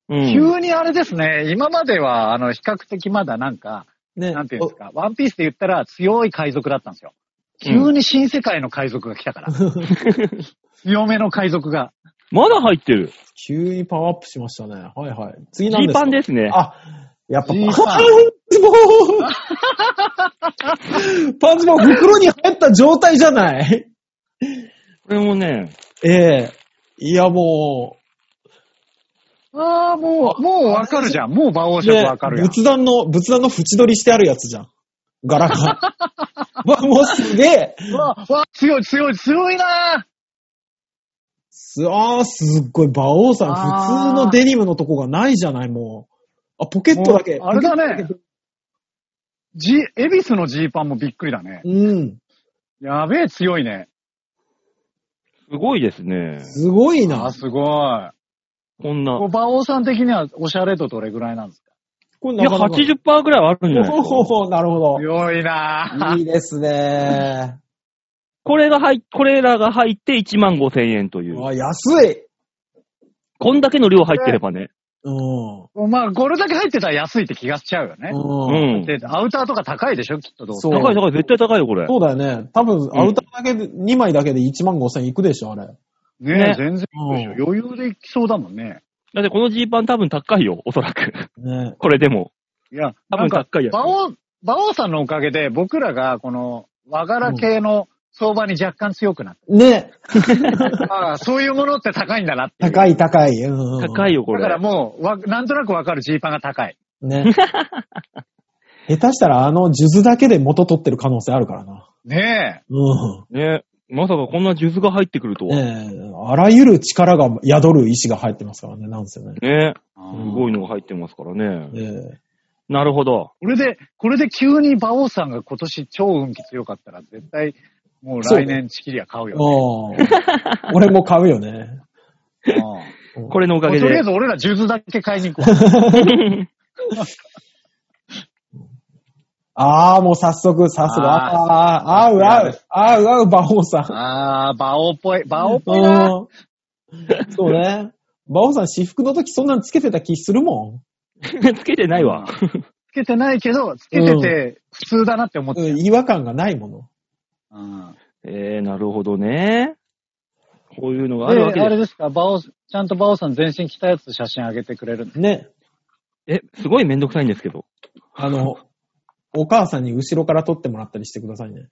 うん。急にあれですね、今までは、あの、比較的まだなんか、ね。なんていうんですか、ワンピースで言ったら強い海賊だったんですよ。急に新世界の海賊が来たから。強めの海賊が。まだ入ってる。急にパワーアップしましたね。はいはい。次ジなんーですかパンですね。あ、やっぱパジーパンンツボパンツボ袋に入った状態じゃない これもね、ええいやも ああ、もう、もうわかるじゃん。もう馬王う、色ねわかるやん。仏壇の、仏壇の縁取りしてあるやつじゃん。柄が。 わ、もうすげえ。うわ、うわ、強い強い強いなす、あーすっごい、馬王さん、普通のデニムのとこがないじゃない、もう。あ、ポケットだけ。もうあれだね。ジ、エビスのジーパンもびっくりだね。うん。やべえ、強いね。すごいですね。すごいあ、な。すごい。こんな。こう馬王さん的にはおしゃれ度どれぐらいなんですかこいれや、80%ぐらいはあるんじゃないですかおーなるほ強いなど。 いいですね。これが入、これらが入って1万5千円という。あ、安い。こんだけの量入ってればね。うん。まあ、これだけ入ってたら安いって気がしちゃうよね。ううん。ん。で、アウターとか高いでしょきっとどうせそう高い高い、絶対高いよ、これ。そうだよね。多分、んアウターだけで、2枚だけで1万5千いくでしょ、あれ。ねね全然いいでしょ。余裕でいきそうだもんね。だってこのジーパン多分高いよ、おそらく。 ね。これでも。いや、多なん分か、高いやつ。馬王、馬王さんのおかげで僕らがこの和柄系の相場に若干強くなっね。た。ああ、そういうものって高いんだ なっていう。高い高い。うんうん、高い。いよ、こだかられ。もう、わ、なんとなくわかるジーパンが高い。ね。 下手したらあの数珠だけで元取ってる可能性あるからな。ねうね。まさかこんな数珠が入ってくるとん。は。ねえあらゆる力が宿る石が入ってますからね、なんせね。ね。え。すごいのが入ってますからね。えなるほど。これで、これで急に馬王さんが今年超運気強かったら、絶対、もう来年チキリは買うえよ、ね。おー俺も買うよ ね。うんこれのおかもうげとりあでえ。ず俺らジューズだけ買いに行こう。ああ、もう早速、さすが。ああー、合う合う。合う合う、馬王さん。あー、馬王っぽい。馬王っぽいな。うんそうね。馬王さん、私服の時そんなんつけてた気するも つけてないわ。つけてないけど、つけてて普通だなって思っん。うてる。ん、違和感がないもの。うんえー、なるほどね。こういうのがあでるわけあれでですか、馬王、ちゃんと馬王さん全身着たやつ写真あげてくれるんですね。え、すごいめんどくさいんですけど。 あの、お母さんに後ろから撮ってもらったりしてくださいね。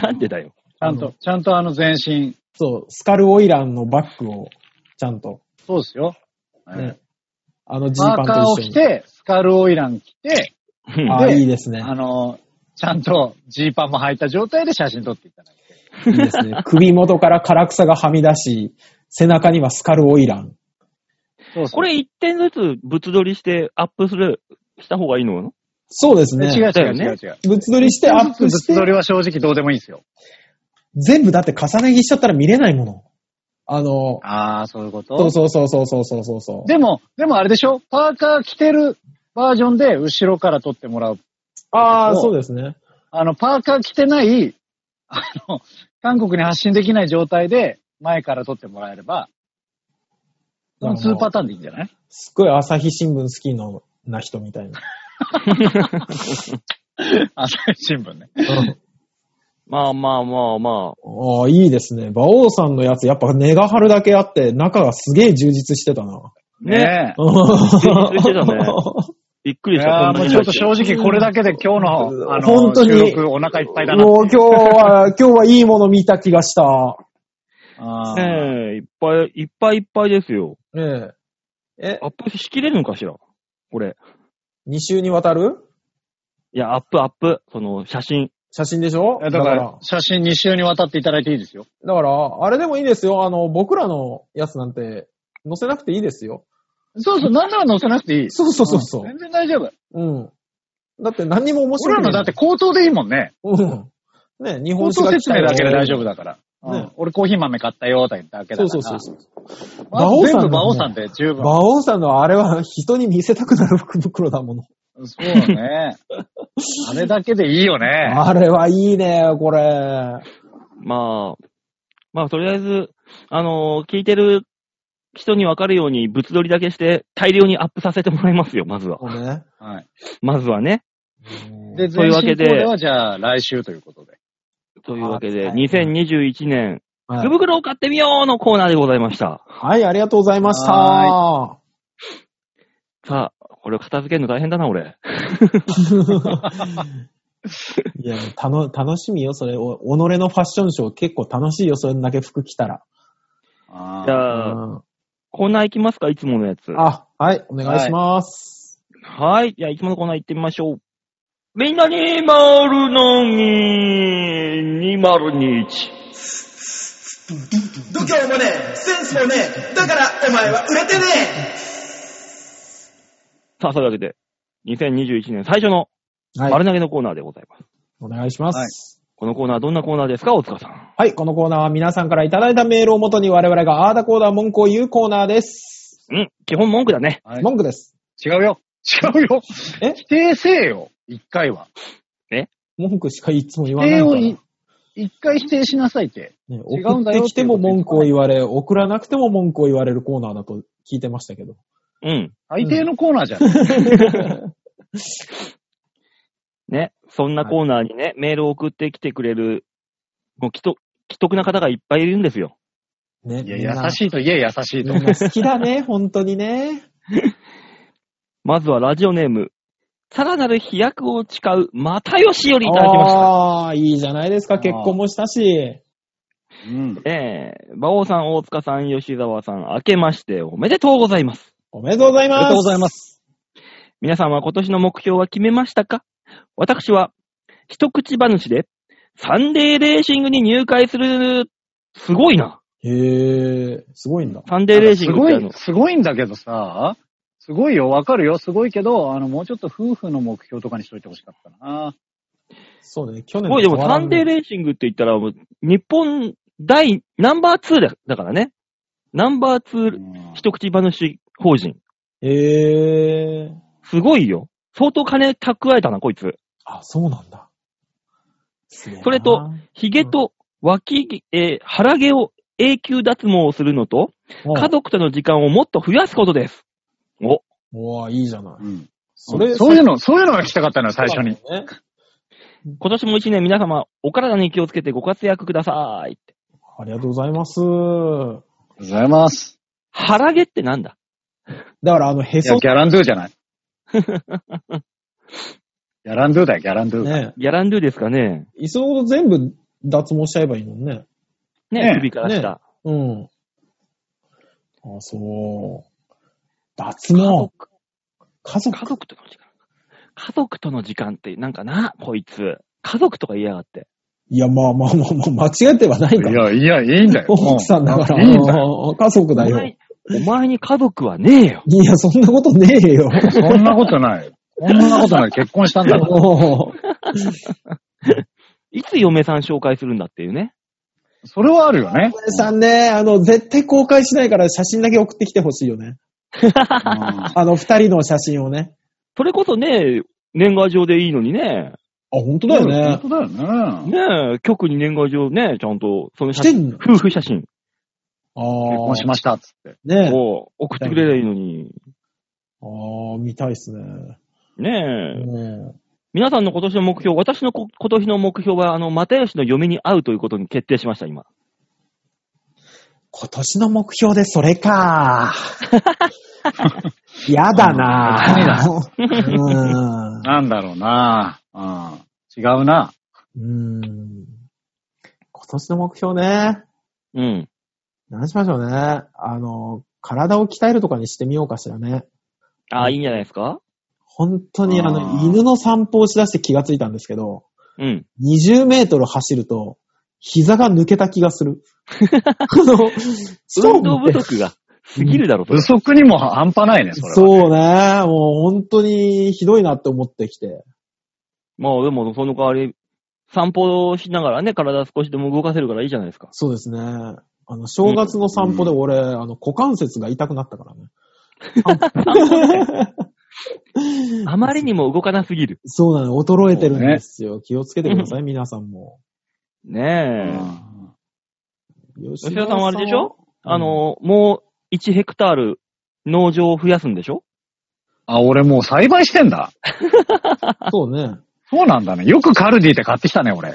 なんでだよ。ちゃんと、ちゃんとあの全身。そう、スカルオイランのバッグを、ちゃんと、そうですよ。ね。あのジーパーパカーンをと一緒着に。て、スカルオイラン着て、うんああ、いいですね。あの、ちゃんとジーパンも履いた状態で写真撮っていただいて。いいです ね。首元から唐草がはみ出し、背中にはスカルオイラン。そうそ うこれ一点ずつ物撮りしてアップする、した方がいいのそうですえね。違うだ違ようね違う違う。物撮りしてアップしそれて、は正直どうでもいいですよ。全部だって重ね着しちゃったら見れないもの。あの、ああ、そういうことそうそうそうそうそうそうそうそう。でも、でもあれでしょパーカー着てるバージョンで後ろから撮ってもらう。ああ、そうそうですね。あの、パーカー着てない、あの、韓国に発信できない状態で前から撮ってもらえれば、この2パターンでいいんじゃないすっごい朝日新聞好きのな人みた いな。朝日新聞ね。まあまあまあまああ、いいですね。馬王さんのやつ、やっぱ根が張るだけあって、中がすげえ充実してたな。あ。ね。ねえ。充実してたねびっくいりした。やーこんなもうにち入ょっってと正直これだけで今日の、あの、本当に収録お腹いっぱいだな。 もう今日は、今日はいいもの見た気がした。あーねえ、いっぱいいっぱいいっぱいですよ。ええ。えア、ップしきれるのかしらこれ。 2週にわたるいや、アップアップ。その、写真。写真でしょいやだから、写真2週にわたっていただいていいですよ。だから、あれでもいいですよ。あの、僕らのやつなんて、載せなくていいですよ。そうそう、何なら載せなくていい。そうそうそうそう。全然大丈夫。うん。だって何にも面白俺い。らのだって、口頭でいいもんね。うん。ね、日口本史頭が来説た明よだけで大丈夫だから。ねうん俺コーヒー豆買ったよ、だけだから。そうそうそうそう。まあ馬王さん全の部馬王さんで十分。馬王さんのあれは人に見せたくなる福袋だもの。そうね。あれだけでいい よね。あれはいいね、これ。まあ、まあ、とりあえず、あのー聞いてる人にわかるように物撮りだけして大量にアップさせてもらいますよ、まずは。そうね。はい。まずはね。で、そういうわけで前進コーデはじゃあ来週ということで。というわけあで、はい2021年、はい福袋を買ってみようのコーナーでございました。はい、ありがとうございました。はさあ、これを片付けるの大変だな、俺。 いや、たの、楽しみよ、それ。お、己のファッションショー結構楽しいよ、それだけ服着たら。あじうゃあ、ん、コーナー行きますか、いつものやつ。あ、はい、お願いします。はい。じゃあ、いつものコーナー行ってみましょう。みんなに丸のみ201。度胸もねえ、センスもねえ、だからお前は売れてねさあ、そういうわけで、2021年最初のはい、丸投げのコーナーでございます。お願いします。はいこのコーナーどんなコーナーですか、大塚さん。はい、このコーナーは皆さんからいただいたメールをもとに我々がアーダコーダー文句を言うコーナーです。うん。基本文句だね。はい文句です。違うよ。違うよ。え否定せえよ。一回は。文句しかいつも言否わない定かをら。い一回否定しなさいって。ね、違うん送っだてよきても文句を言われ、送らなくても文句を言われるコーナーだと聞いてましたけど。うん。相手のコーナーじゃん。ね。そんなコーナーにね、メールを送ってきてくれる、もう、既得既得な方がいっぱいいるんですよ。ね、いや、優しいと言え、優しいいと。好きだね、本当にね。まずはラジオネーム、さらなる飛躍を誓う、又吉よりいただきました。ああ、いいじゃないですか、結婚もしたし。うん。ええ馬王さん、大塚さん、吉沢さん、明けましておめでとうございます。おめでとうございありがまとすうご。ざいます。皆さんは今年の目標は決めましたか私は、一口話で、サンデーレーシングに入会する、すごいな。へえ、すごいんだ。サンデーレーシすングっごてあのい、、すごいんだけどさ、すごいよ、わかるよ、すごいけど、あの、もうちょっと夫婦の目標とかにしといてほしかったな。そうね、去す年ごい、でもサンデーで。レーシングって言ったら、もう日本第、ナンバー2だだからね。ナンバーう2、ん一口話法人。へえ、すごいよ。相当金蓄えたな、こいつ。あ、そうなんだ。そそれと、ヒゲと脇、えー腹毛を永久脱毛をするのと、家角。族との時間をもっと増やすことです。お、おーいいじゃない。うんそれ、そういうの、そういうのが聞きたかったのよ、最初に。そうだよね。今年も一年皆様、お体に気をつけてご活躍ください。ありがとうございます。ありがとうございます。腹毛ってなんだだから、あの、へいや、そギャランドゥじゃ ない。ギャランドゥだよ、ギャランドゥ。ね、ギャランドゥですかねいっそのこと全部脱毛しちゃえばいいのにね。ねねえ首から下。うん。あ、そう。脱毛。家族。家族との時間。家族との時間って、なんかな、こいつ。家族とか言いやがって。いや、まあまあまあまあ、間違ってはないんだい。や、いや、いいんだよ。奥さんだから。いいん だよ。家族だおよ前。、お前に家族はねえよ。いや、そんなことねえ よ。そんなことない。そんなことない。結婚したんだから。 もいつ嫁さん紹介するんだっていうね。それはあるよね。うさんね、あの、絶対公開しないから写真だけ送ってきてほしいよね。うんあの、二人の写真をね。それこそね、年賀状でいいのにね。あ、本当だよね。本当だよね。ねえ、局に年賀状ね、ちゃんと、そのし写て真、んの夫婦写真あ結婚しあ、ました、つって。ねを送ってくれればいいのに、ああ、見たいっすね。ねえ、うん皆さんの今年の目標、私のこ今年の目標は、あの、又吉の嫁に会うということに決定しました、今。今年の目標でそれ か。やだなぁ。なんだろうな。うん違うな。うん。うん今年の目標ね。うん。何しましょうね。あの、体を鍛えるとかにしてみようかしらね。ああ、いいんじゃないですか本当にああの、ー犬の散歩をしだして気がついたんですけど、うん。 20メートル走ると、膝が抜けた気がする。 あ の、運動不足が過ぎるだろ、それ不足にも半端ないね、それは。そうね。もう本当にひどいなって思ってきて。まあ、でも、その代わり、散歩をしながらね、体少しでも動かせるからいいじゃないですか。そうですね。あの、正月の散歩で俺、あの、股関節が痛くなったからね。あまりにも動かなすぎる。そうなの、衰えてるんですよ。気をつけてください、皆さんも。うねえ。ん吉吉田さんはあれでしょうんあの、もう、 1ヘクタール農場を増やすんでし ょあ、俺もう栽培してんだ。そうね。そうなんだね。よくカルディで買ってきたね、俺。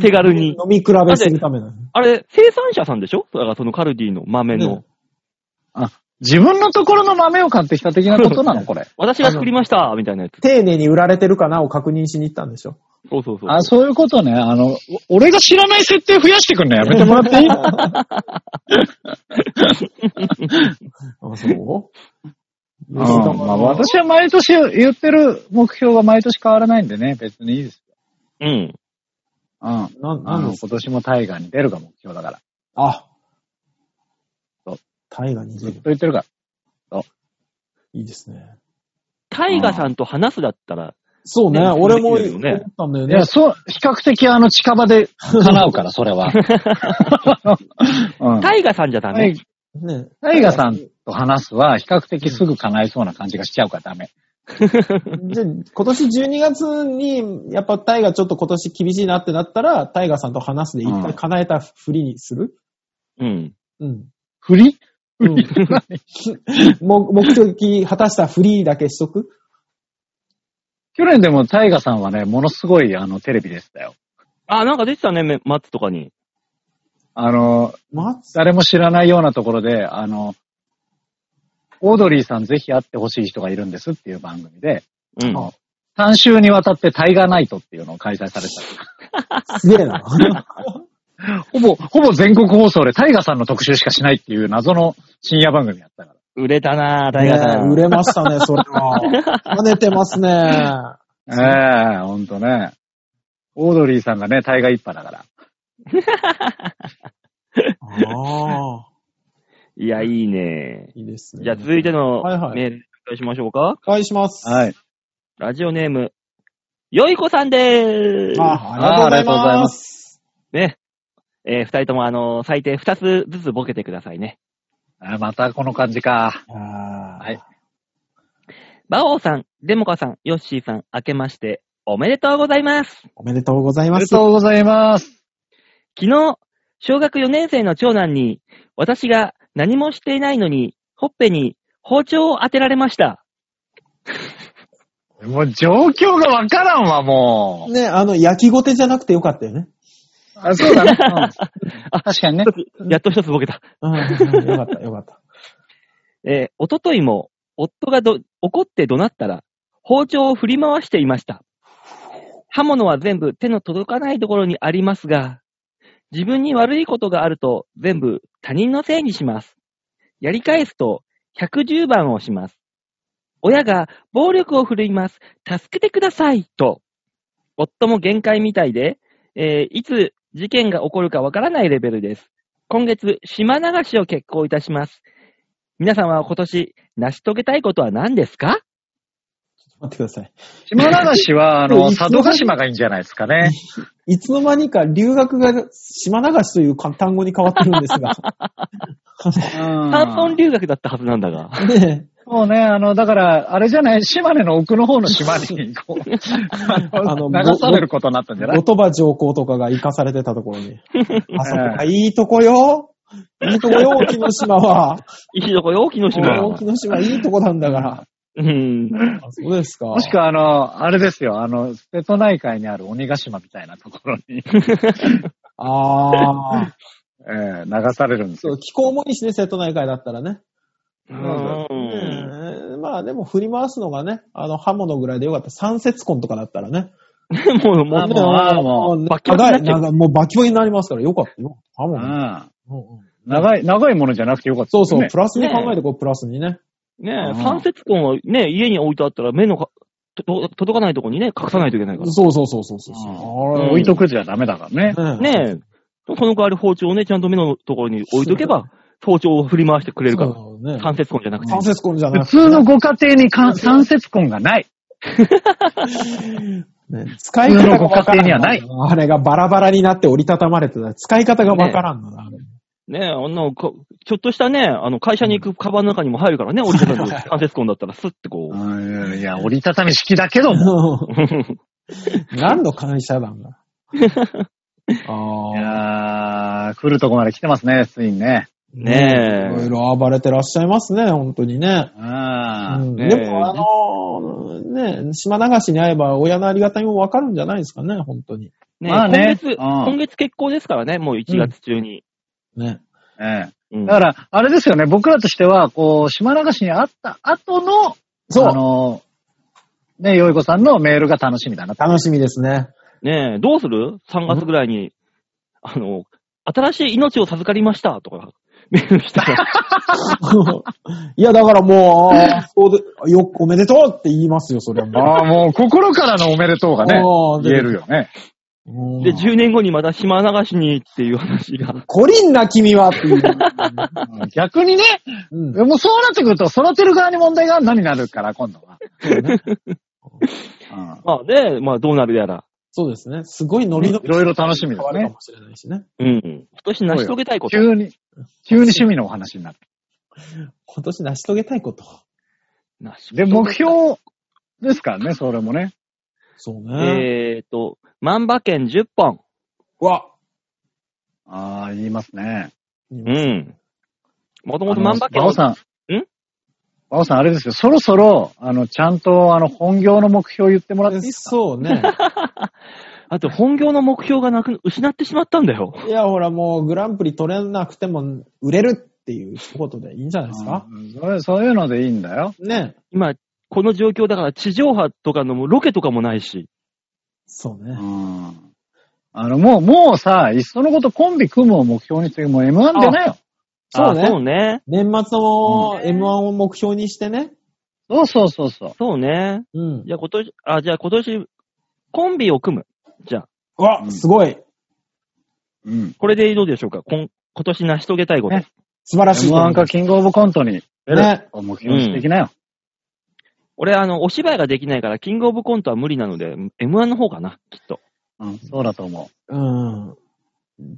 手軽飲に。み比べするためだね。あれ、生産者さんでしょだからそのカルディの豆の。ね自分のところの豆を買ってきた的なことなの、これ。私が作りましたみたいなやつ。丁寧に売られてるかなを確認しに行ったんでしょ。そうそうそう。あ、そういうことね。あの、お俺が知らない設定増やしてくんのやめてもらって いい あ、そううんまあ、私は毎年言ってる目標が毎年変わらないんでね、別にいいです。うん。うん。あな、なんの、です今年もタイガーに出るが目標だから。あそう。タイガにず出っると。言ってるから。いいですね。タイガさんと話すだったら、そうね。ね俺もいいです思よっねたんだよいねや、。そう、比較的あの、近場で叶うから、それ は。うんタイガさんじゃダメ。ねタイガさんと話すは、比較的すぐ叶いそうな感じがしちゃうからダメ。じゃあ今年12月に、やっぱタイガちょっと今年厳しいなってなったら、タイガさんと話すで一回叶えたふりにするうん。うん。振りうん、も目的果たしたフリーだけしとく去年でもタイガさんはね、ものすごいあの、テレビでしたよ。あ、なんか出てたね、めマッツとかに。あの、ま誰も知らないようなところで、あの、オードリーさんぜひ会ってほしい人がいるんですっていう番組で、うん。あ3週にわたってタイガーナイトっていうのを開催されすげえな。た。 ほぼ、ほぼ全国放送でタイガーさんの特集しかしないっていう謎の深夜番組やったから。売れたなぁ、タイガさねえん。売れましたね、それは。跳ねてますね。ええほんとね。オードリーさんがね、タイガー一派だから。ああ、いや、いいねいいですね。じゃあ、続いてのはいはいメール、紹介しましょうか。お願いします。はい。ラジオネーム、よいこさんでーす。あありがとうございます。ね。えー二人とも、あのー最低二つずつボケてくださいね。あまたこの感じか。あはい。バオさん、デモカさん、ヨッシーさん、明けまして、おめでとうございます。ーおめでとうございおめま。ですとうございます。昨日、小学4年生の長男に、私が何もしていないのに、ほっぺに包丁を当てられました。もう状況がわからんわ、もう。ね、あの、焼きごてじゃなくてよかったよね。あそうだね。うん、確かにね。やっと一つボケた。うん、うんよかった、よかった。えー、おとといも、夫がど怒って怒鳴ったら、包丁を振り回していました。刃物は全部手の届かないところにありますが、自分に悪いことがあると全部他人のせいにします。やり返すと110番をします。親が暴力を振るいます。助けてくださいと。夫も限界みたいで、えーいつ事件が起こるかわからないレベルです。今月、島流しを決行いたします。皆さんは今年、成し遂げたいことは何ですか待ってください。島流しは、あの、うん佐渡島がいいんじゃないですかね。いつの間にか留学が島流しという単語に変わってるんですが。半う村ん。留学だったはずなんだが。 ねそうね、あの、だから、あれじゃない、島根の奥の方の島に、こう、 あのの流されることになったんじゃない言葉上皇とかが生かされてたところに。あそこええあ、いいとこよ。いいとこよ、沖の島は。いいとこよ、沖の島。沖の島いいとこなんだから。うん。あそうですか。もしくは、あの、あれですよ、あの、瀬戸内海にある鬼ヶ島みたいなところに、 ああ。えー流されるんですそよ。う、気候もいいしね、瀬戸内海だったらね。うんうんまあでも振り回すのがね、あの刃物ぐらいでよかった。三節痕とかだったらね。もう、もあう、もう、あもう、うバキバキになっちゃう長い長いもうバキバキになりますからよかったよ。刃う物。ん。うんうん長い、長いものじゃなくてよかった。そうそう、ねプラスに考えてこう、プラスにね。ねえ、うん三節痕をね、家に置いてあったら目のかと届かないとこにね、隠さないといけないかそうそうそうそうそううあんれ置いとくじゃダメだかねらね。ら。ねえ、その代わり包丁をね、ちゃんと目のところに置いとけば、包丁を振り回してくれるから。そうね。三節痕じゃなくて。三節痕じゃなく普てね通のご家庭にかん三節痕がない。ね使い方がわからん普通のご家庭にはない。あれがバラバラになって折りたたまれてた。使い方がわからんのだ、あれ。ねえ、あんな、かちょっとしたね、あの、会社に行くカバンの中にも入るからね、折りたたみで三節痕だったらスッてこう。うんいや、折りたたみ式だけども。うん 何の感謝なんだ。あいやー来るとこまで来てますね、ついにね。ーねいろいえ。ろ暴れてらっしゃいますね、本当にね。ううん。んねえでも、あのね、島流しに会えば親のありがたみもわかるんじゃないですかね、本当に。ねえまあね今月、うん今月結婚ですからね、もう1月中に。ね。えうえんだから、あれですよね、僕らとしては、こう、島流しに会った後の、そうあの、ね、よいこさんのメールが楽しみだな。楽しみですね。ねえ、どうする ?3 月ぐらいに、あの、新しい命を授かりましたとか、メールしたら、 いや、だからもうあー、そうで、よ、おめでとうって言いますよ、それはもああ、もう心からのおめでとうがねあ、ー言えるよね。う。で、10年後にまた島流しにっていう話が。コリンな君はっていう。うん逆にね、うんもうそうなってくると、育てる側に問題があるのになるから、今度 は。うんまあね、まあどうなるやら。そうですね。すごいノリノいリろいろ楽しみです変わるかね。もしれないしね。うん。今年成し遂げたいこと。急に、急に趣味のお話になる。今年成し遂げたいこと。なしで、目標ですからね、それもね。そうえね。ーと、万馬券10本。わ、ああ、言いますね。うん。もともとあ万の馬券馬を王さん。んバオさん、あれですよ、そろそろ、あの、ちゃんと、あの、本業の目標言ってもらっていいですかそうね。あと本業の目標がなく、失ってしまったんだよ。いや、ほら、もうグランプリ取れなくても売れるっていう一言でいいんじゃないですかうんそれそういうのでいいんだよ。ね。今、この状況だから地上波とかのロケとかもないし。そううね。ん。あの、もう、もうさ、いっそのことコンビ組むを目標にして、もう M1 出なよ。そうねあそうね。年末の M1 を目標にしてね。そうそうそうそう。そうね。うん。じゃあ今年、あ、じゃあ今年、コンビを組む。じゃあ、わ、うんすごい。うん。これでどうでしょうかこん今年成し遂げたいこと。ね素晴らしいと思 M1 いかます。キングオブコントに出ねるを目標にしていきなよ。俺、あの、お芝居ができないから、キングオブコントは無理なので、M1 の方かな、きっと。うん、そうだと思うん。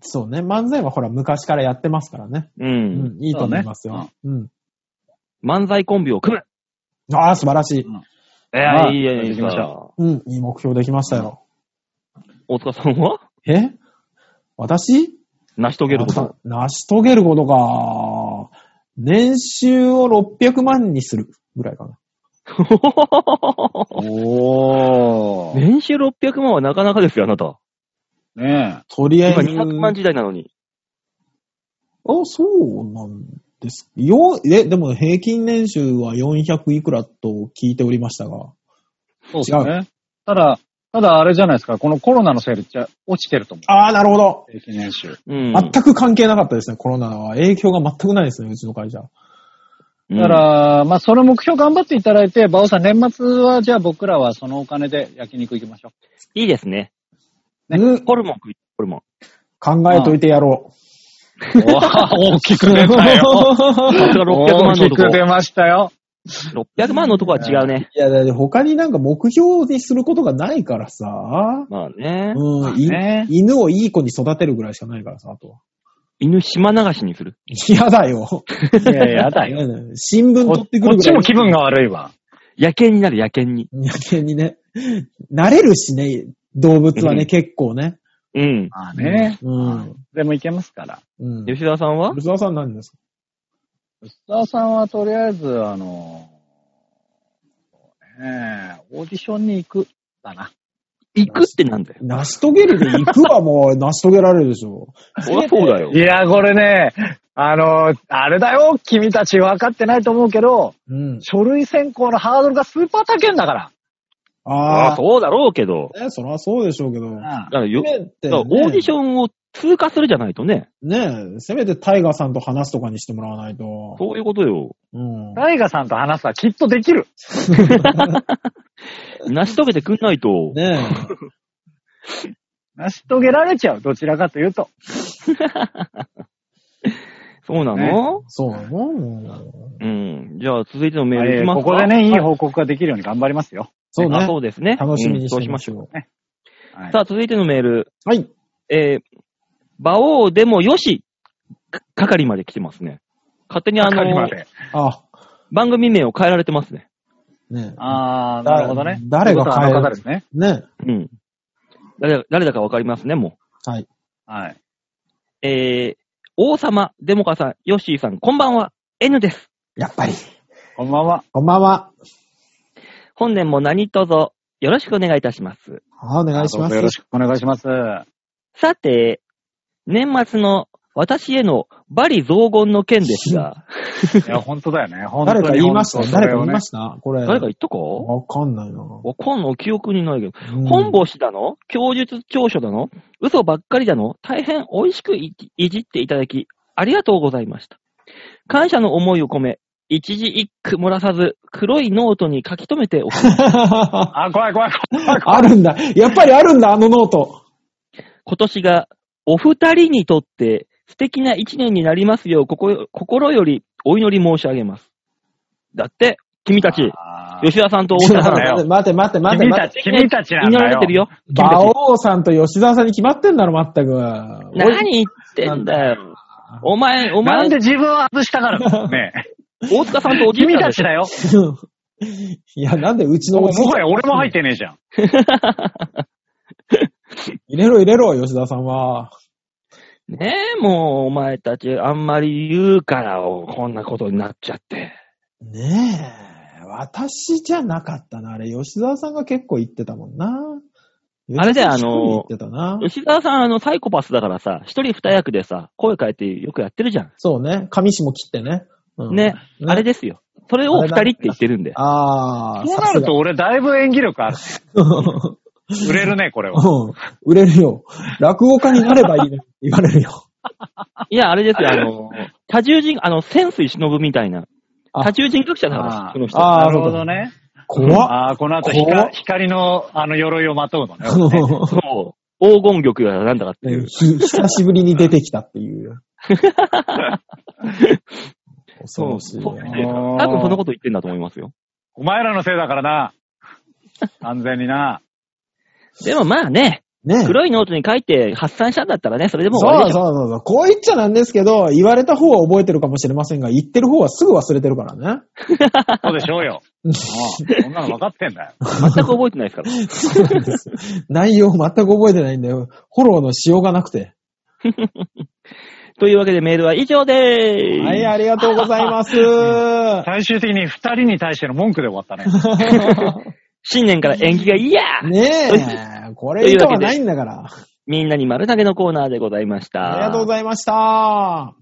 そうね。漫才はほら、昔からやってますからね。う。うんん。いいと思いますそうねよ。うん。漫才コンビを組む。ああ、素晴らしい。えんや、いいまや、あい行いきましや。うん。いい目標できましたよ。大塚さんはえ私成し遂げること。あ成し遂げることか。年収を600万にするぐらいかな。う。お ー。年収600万はなかなかですよ、あなた。ねとりあえ今ず。 200万時代なのに。あ、そうなんです。よ、え、でも平均年収は400いくらと聞いておりましたが。え。そうですね。ただ、ただあれじゃないですか、このコロナのせいでじゃ落ちてると思う。ああ、なるほど。平均年収。うん。全く関係なかったですね、コロナは。影響が全くないですね、うちの会社。うんだか、ら、まあ、その目標頑張っていただいて、バオさん、年末は、じゃあ僕らはそのお金で焼肉行きましょいいですね。うん、ホルモン食い、ホルモン。考えといてやろう。大きく出た よ。さう。すが600万大のきく男出。ましたよ。 600万の男は違うね。いや、だって他になんか目標にすることがないからさ。まあね。うん、いね犬をいい子に育てるぐらいしかないからさ、あとは。犬島流しにする。嫌だよ。いや、やだよ。嫌だよ新聞取ここってくるぐらっい。ちも気分が悪いわ。野犬になる、野犬に。いや。逆に ね。慣れるしね、動物はうね、ん結構ね。うん。まあね。うん。でも行けますから。うん。吉田さんは吉沢さん何ですか吉沢さんはとりあえず、あの、そうね、オーディションに行く、だな。行くってなんだよ。成し遂げるで行くはもう成し遂げられるでしょ。そりゃそうだよい。や、これね、あの、あれだよ、君たち分かってないと思うけど、うん。書類選考のハードルがスーパー高いんだから。ああそうだろうけど。あ、ね、そりゃそうでしょうけど。だからよ、せめてだねからオーディションを通過するじゃないとね。ねえ、せめてタイガーさんと話すとかにしてもらわないと。そういうことよ。うん。大ガさんと話すはきっとできる。成し遂げてくんないと。ね成し遂げられちゃう、どちらかというと。そうなえの、。そうなのもううん。じゃあ、続いてのメールいえきーますこか。こでね、いいはい報告ができるように頑張りますよ。そうあね。そうですね。楽しみにしてうんそうしみままししょはょう。いさあ、続いてのメール。う。はい。えー、馬王でもよし、か係まで来てますね。勝手にあわかりのま、せんあ、番組名を変えられてますね。ねあー、なるほどね。誰が変えるということはあの方ですね。え。ねうん。誰だ誰だかわかりますね、もう。え。はい。はい。えー、王様、デモカさん、ヨッシーさん、こんばんは。N です。やっぱり。こんばんは。こんばんは。本年も何卒よろしくお願いいたします。あお願いしまどうぞす。よろしくお願いし ます。さて、年末の私へのバリ雑言の件ですが、いや、本当だよね。本当に誰か言いました本当誰かそれを言いねましたこれ。誰か言ったかわかんないな。わかんの記憶にないけど、うん本星だの供述調書だの嘘ばっかりだの大変美味しくいいじっていただき、ありがとうございました。感謝の思いを込め、一字一句漏らさず、黒いノートに書き留めて おく。あ、怖い怖い怖い。 あるんだ。やっぱりあるんだ、あのノート。今年がお二人にとって素敵な一年になりますよう、ここ心よりお祈り申し上げます。だって、君たち、あー吉田さんと大田さんそうだよが 待て待て待て君待たて。ち、 君たちなん祈らだれよて。るよ。君た馬ち王さんと吉沢さんに決まってんだろ、まったく。何言ってんだよ。お前、おな前んで、自分を外したから ね。大塚さんとおじいち君ゃんたでしちょだよ。 いや、なんでうちのもおうじいもちはゃんや俺も入ってねえじゃん。入れろ入れろ、吉沢さんは。ねえ、もう、お前たち、あんまり言うから、こんなことになっちゃって。ねえ。私じゃなかったな、あれ。吉沢さんが結構言ってたもんな。あれだよ吉沢さんあの一人言ってたな。吉沢さん、あの、サイコパスだからさ、一人二役でさ、声変えてよくやってるじゃん。そうね。上下切ってね。うんね、あれ。ですよ。それを二人って言ってるんで。ああ、そうさなするがと俺だいぶ演技力ある。 売れるね、これ は。うん売れるよ。落語家になればい いね。言われるよ。いや、あれですよ、あの、多重人、あの、潜水忍みたいな。あ多重人格者だからあ、この人。あなあ、そるほうどだ。ね。怖っ。ああ、この後怖っ光、光の、あの、鎧をまとうの ね。そう。黄金玉がなんだかっていう。ひ久しぶりに出てきたって いう。恐ろしいそうよ。そう多分そのこと言ってんだと思いますよ。お前らのせいだからな。完全にな。でもまあね、ね黒いノートに書いて発散したんだったらね、それでもう終わそりうでしょ。そうそうそう。こう言っちゃなんですけど、言われた方は覚えてるかもしれませんが、言ってる方はすぐ忘れてるからね。 そうでしょう よ。うんそんなの分かってんだよ。全く覚えてないですから。そうなんです。内容全く覚えてないんだよ。フォローのしようがなくて。というわけでメールは以上でーす。はい、ありがとうござい ます。最終的に二人に対しての文句で終わ ったね。新年から縁起がいいやねえ、これ以下はないんだから。みんなに丸投げのコーナーでございました。 ありがとうございました。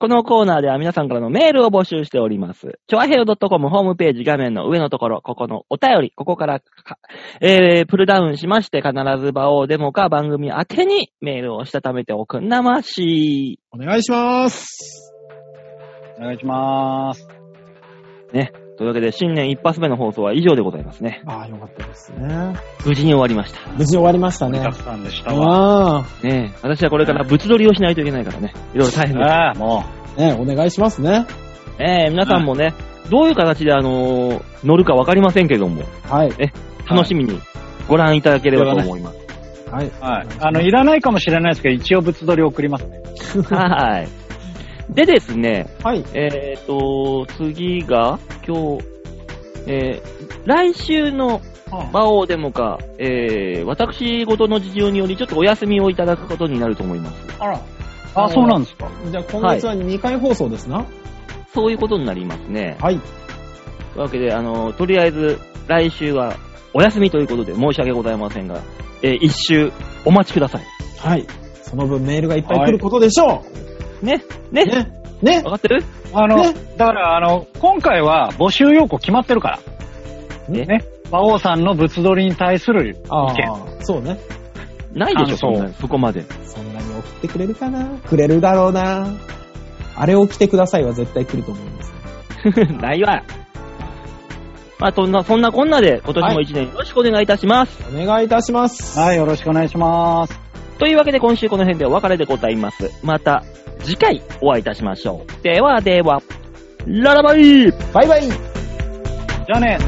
このコーナーでは皆さんからのメールを募集しております。ちょあへよ .com ホームページ画面の上のところ、ここのお便り、ここからか、えー、プルダウンしまして、必ず場をデモか番組宛てにメールをしたためておくんなまし。お願いします。お願いします。ね。というわけで、新年一発目の放送は以上でございますね。ああ、よかったですね。無事に終わりました。無事終わりましたねた。くさんでしたあわ。ねえ私はこれから物撮りをしないといけないからね。いろいろ大変です。ああ、も。。あ、ねお願いしますね。ええ皆さんもね、どういう形であのー乗るかわかりませんけども、はい。楽しみにご覧いただければと思います。はいうはい。あの、いらないかもしれないですけど、一応物撮り送りますね。はい。でですね、はい。えっ、と、次が、今日、えー来週の魔王デモか、えー私事の事情によりちょっとお休みをいただくことになると思います。あら。ああ、そうなんですか。じゃあ今月は2回放送ですな。そういうことになりますね。はい。というわけで、あの、とりあえず、来週はお休みということで申し訳ございませんが、えー一周お待ちください。はい。その分メールがいっぱい来ることでしょね、う。ね、ね。ね。わかってるあの、ねだから、あの、今回は募集要項決まってるから。えね。馬王さんの物撮りに対するあ意見。あ、そうね。ないでしょ、あそそうんなそこまで。 そんなに送ってくれるかなくれるだろうな。あれを着てくださいは絶対来ると思います。ないわ。まあ、そんな、そんなこんなで、今年も一年よろしくお願いいたします。お願いいたします。はい、よろしくお願いします。というわけで、今週この辺でお別れでございます。また、次回お会いいたしましょう。ではでは、ララバイバイバイじゃあね。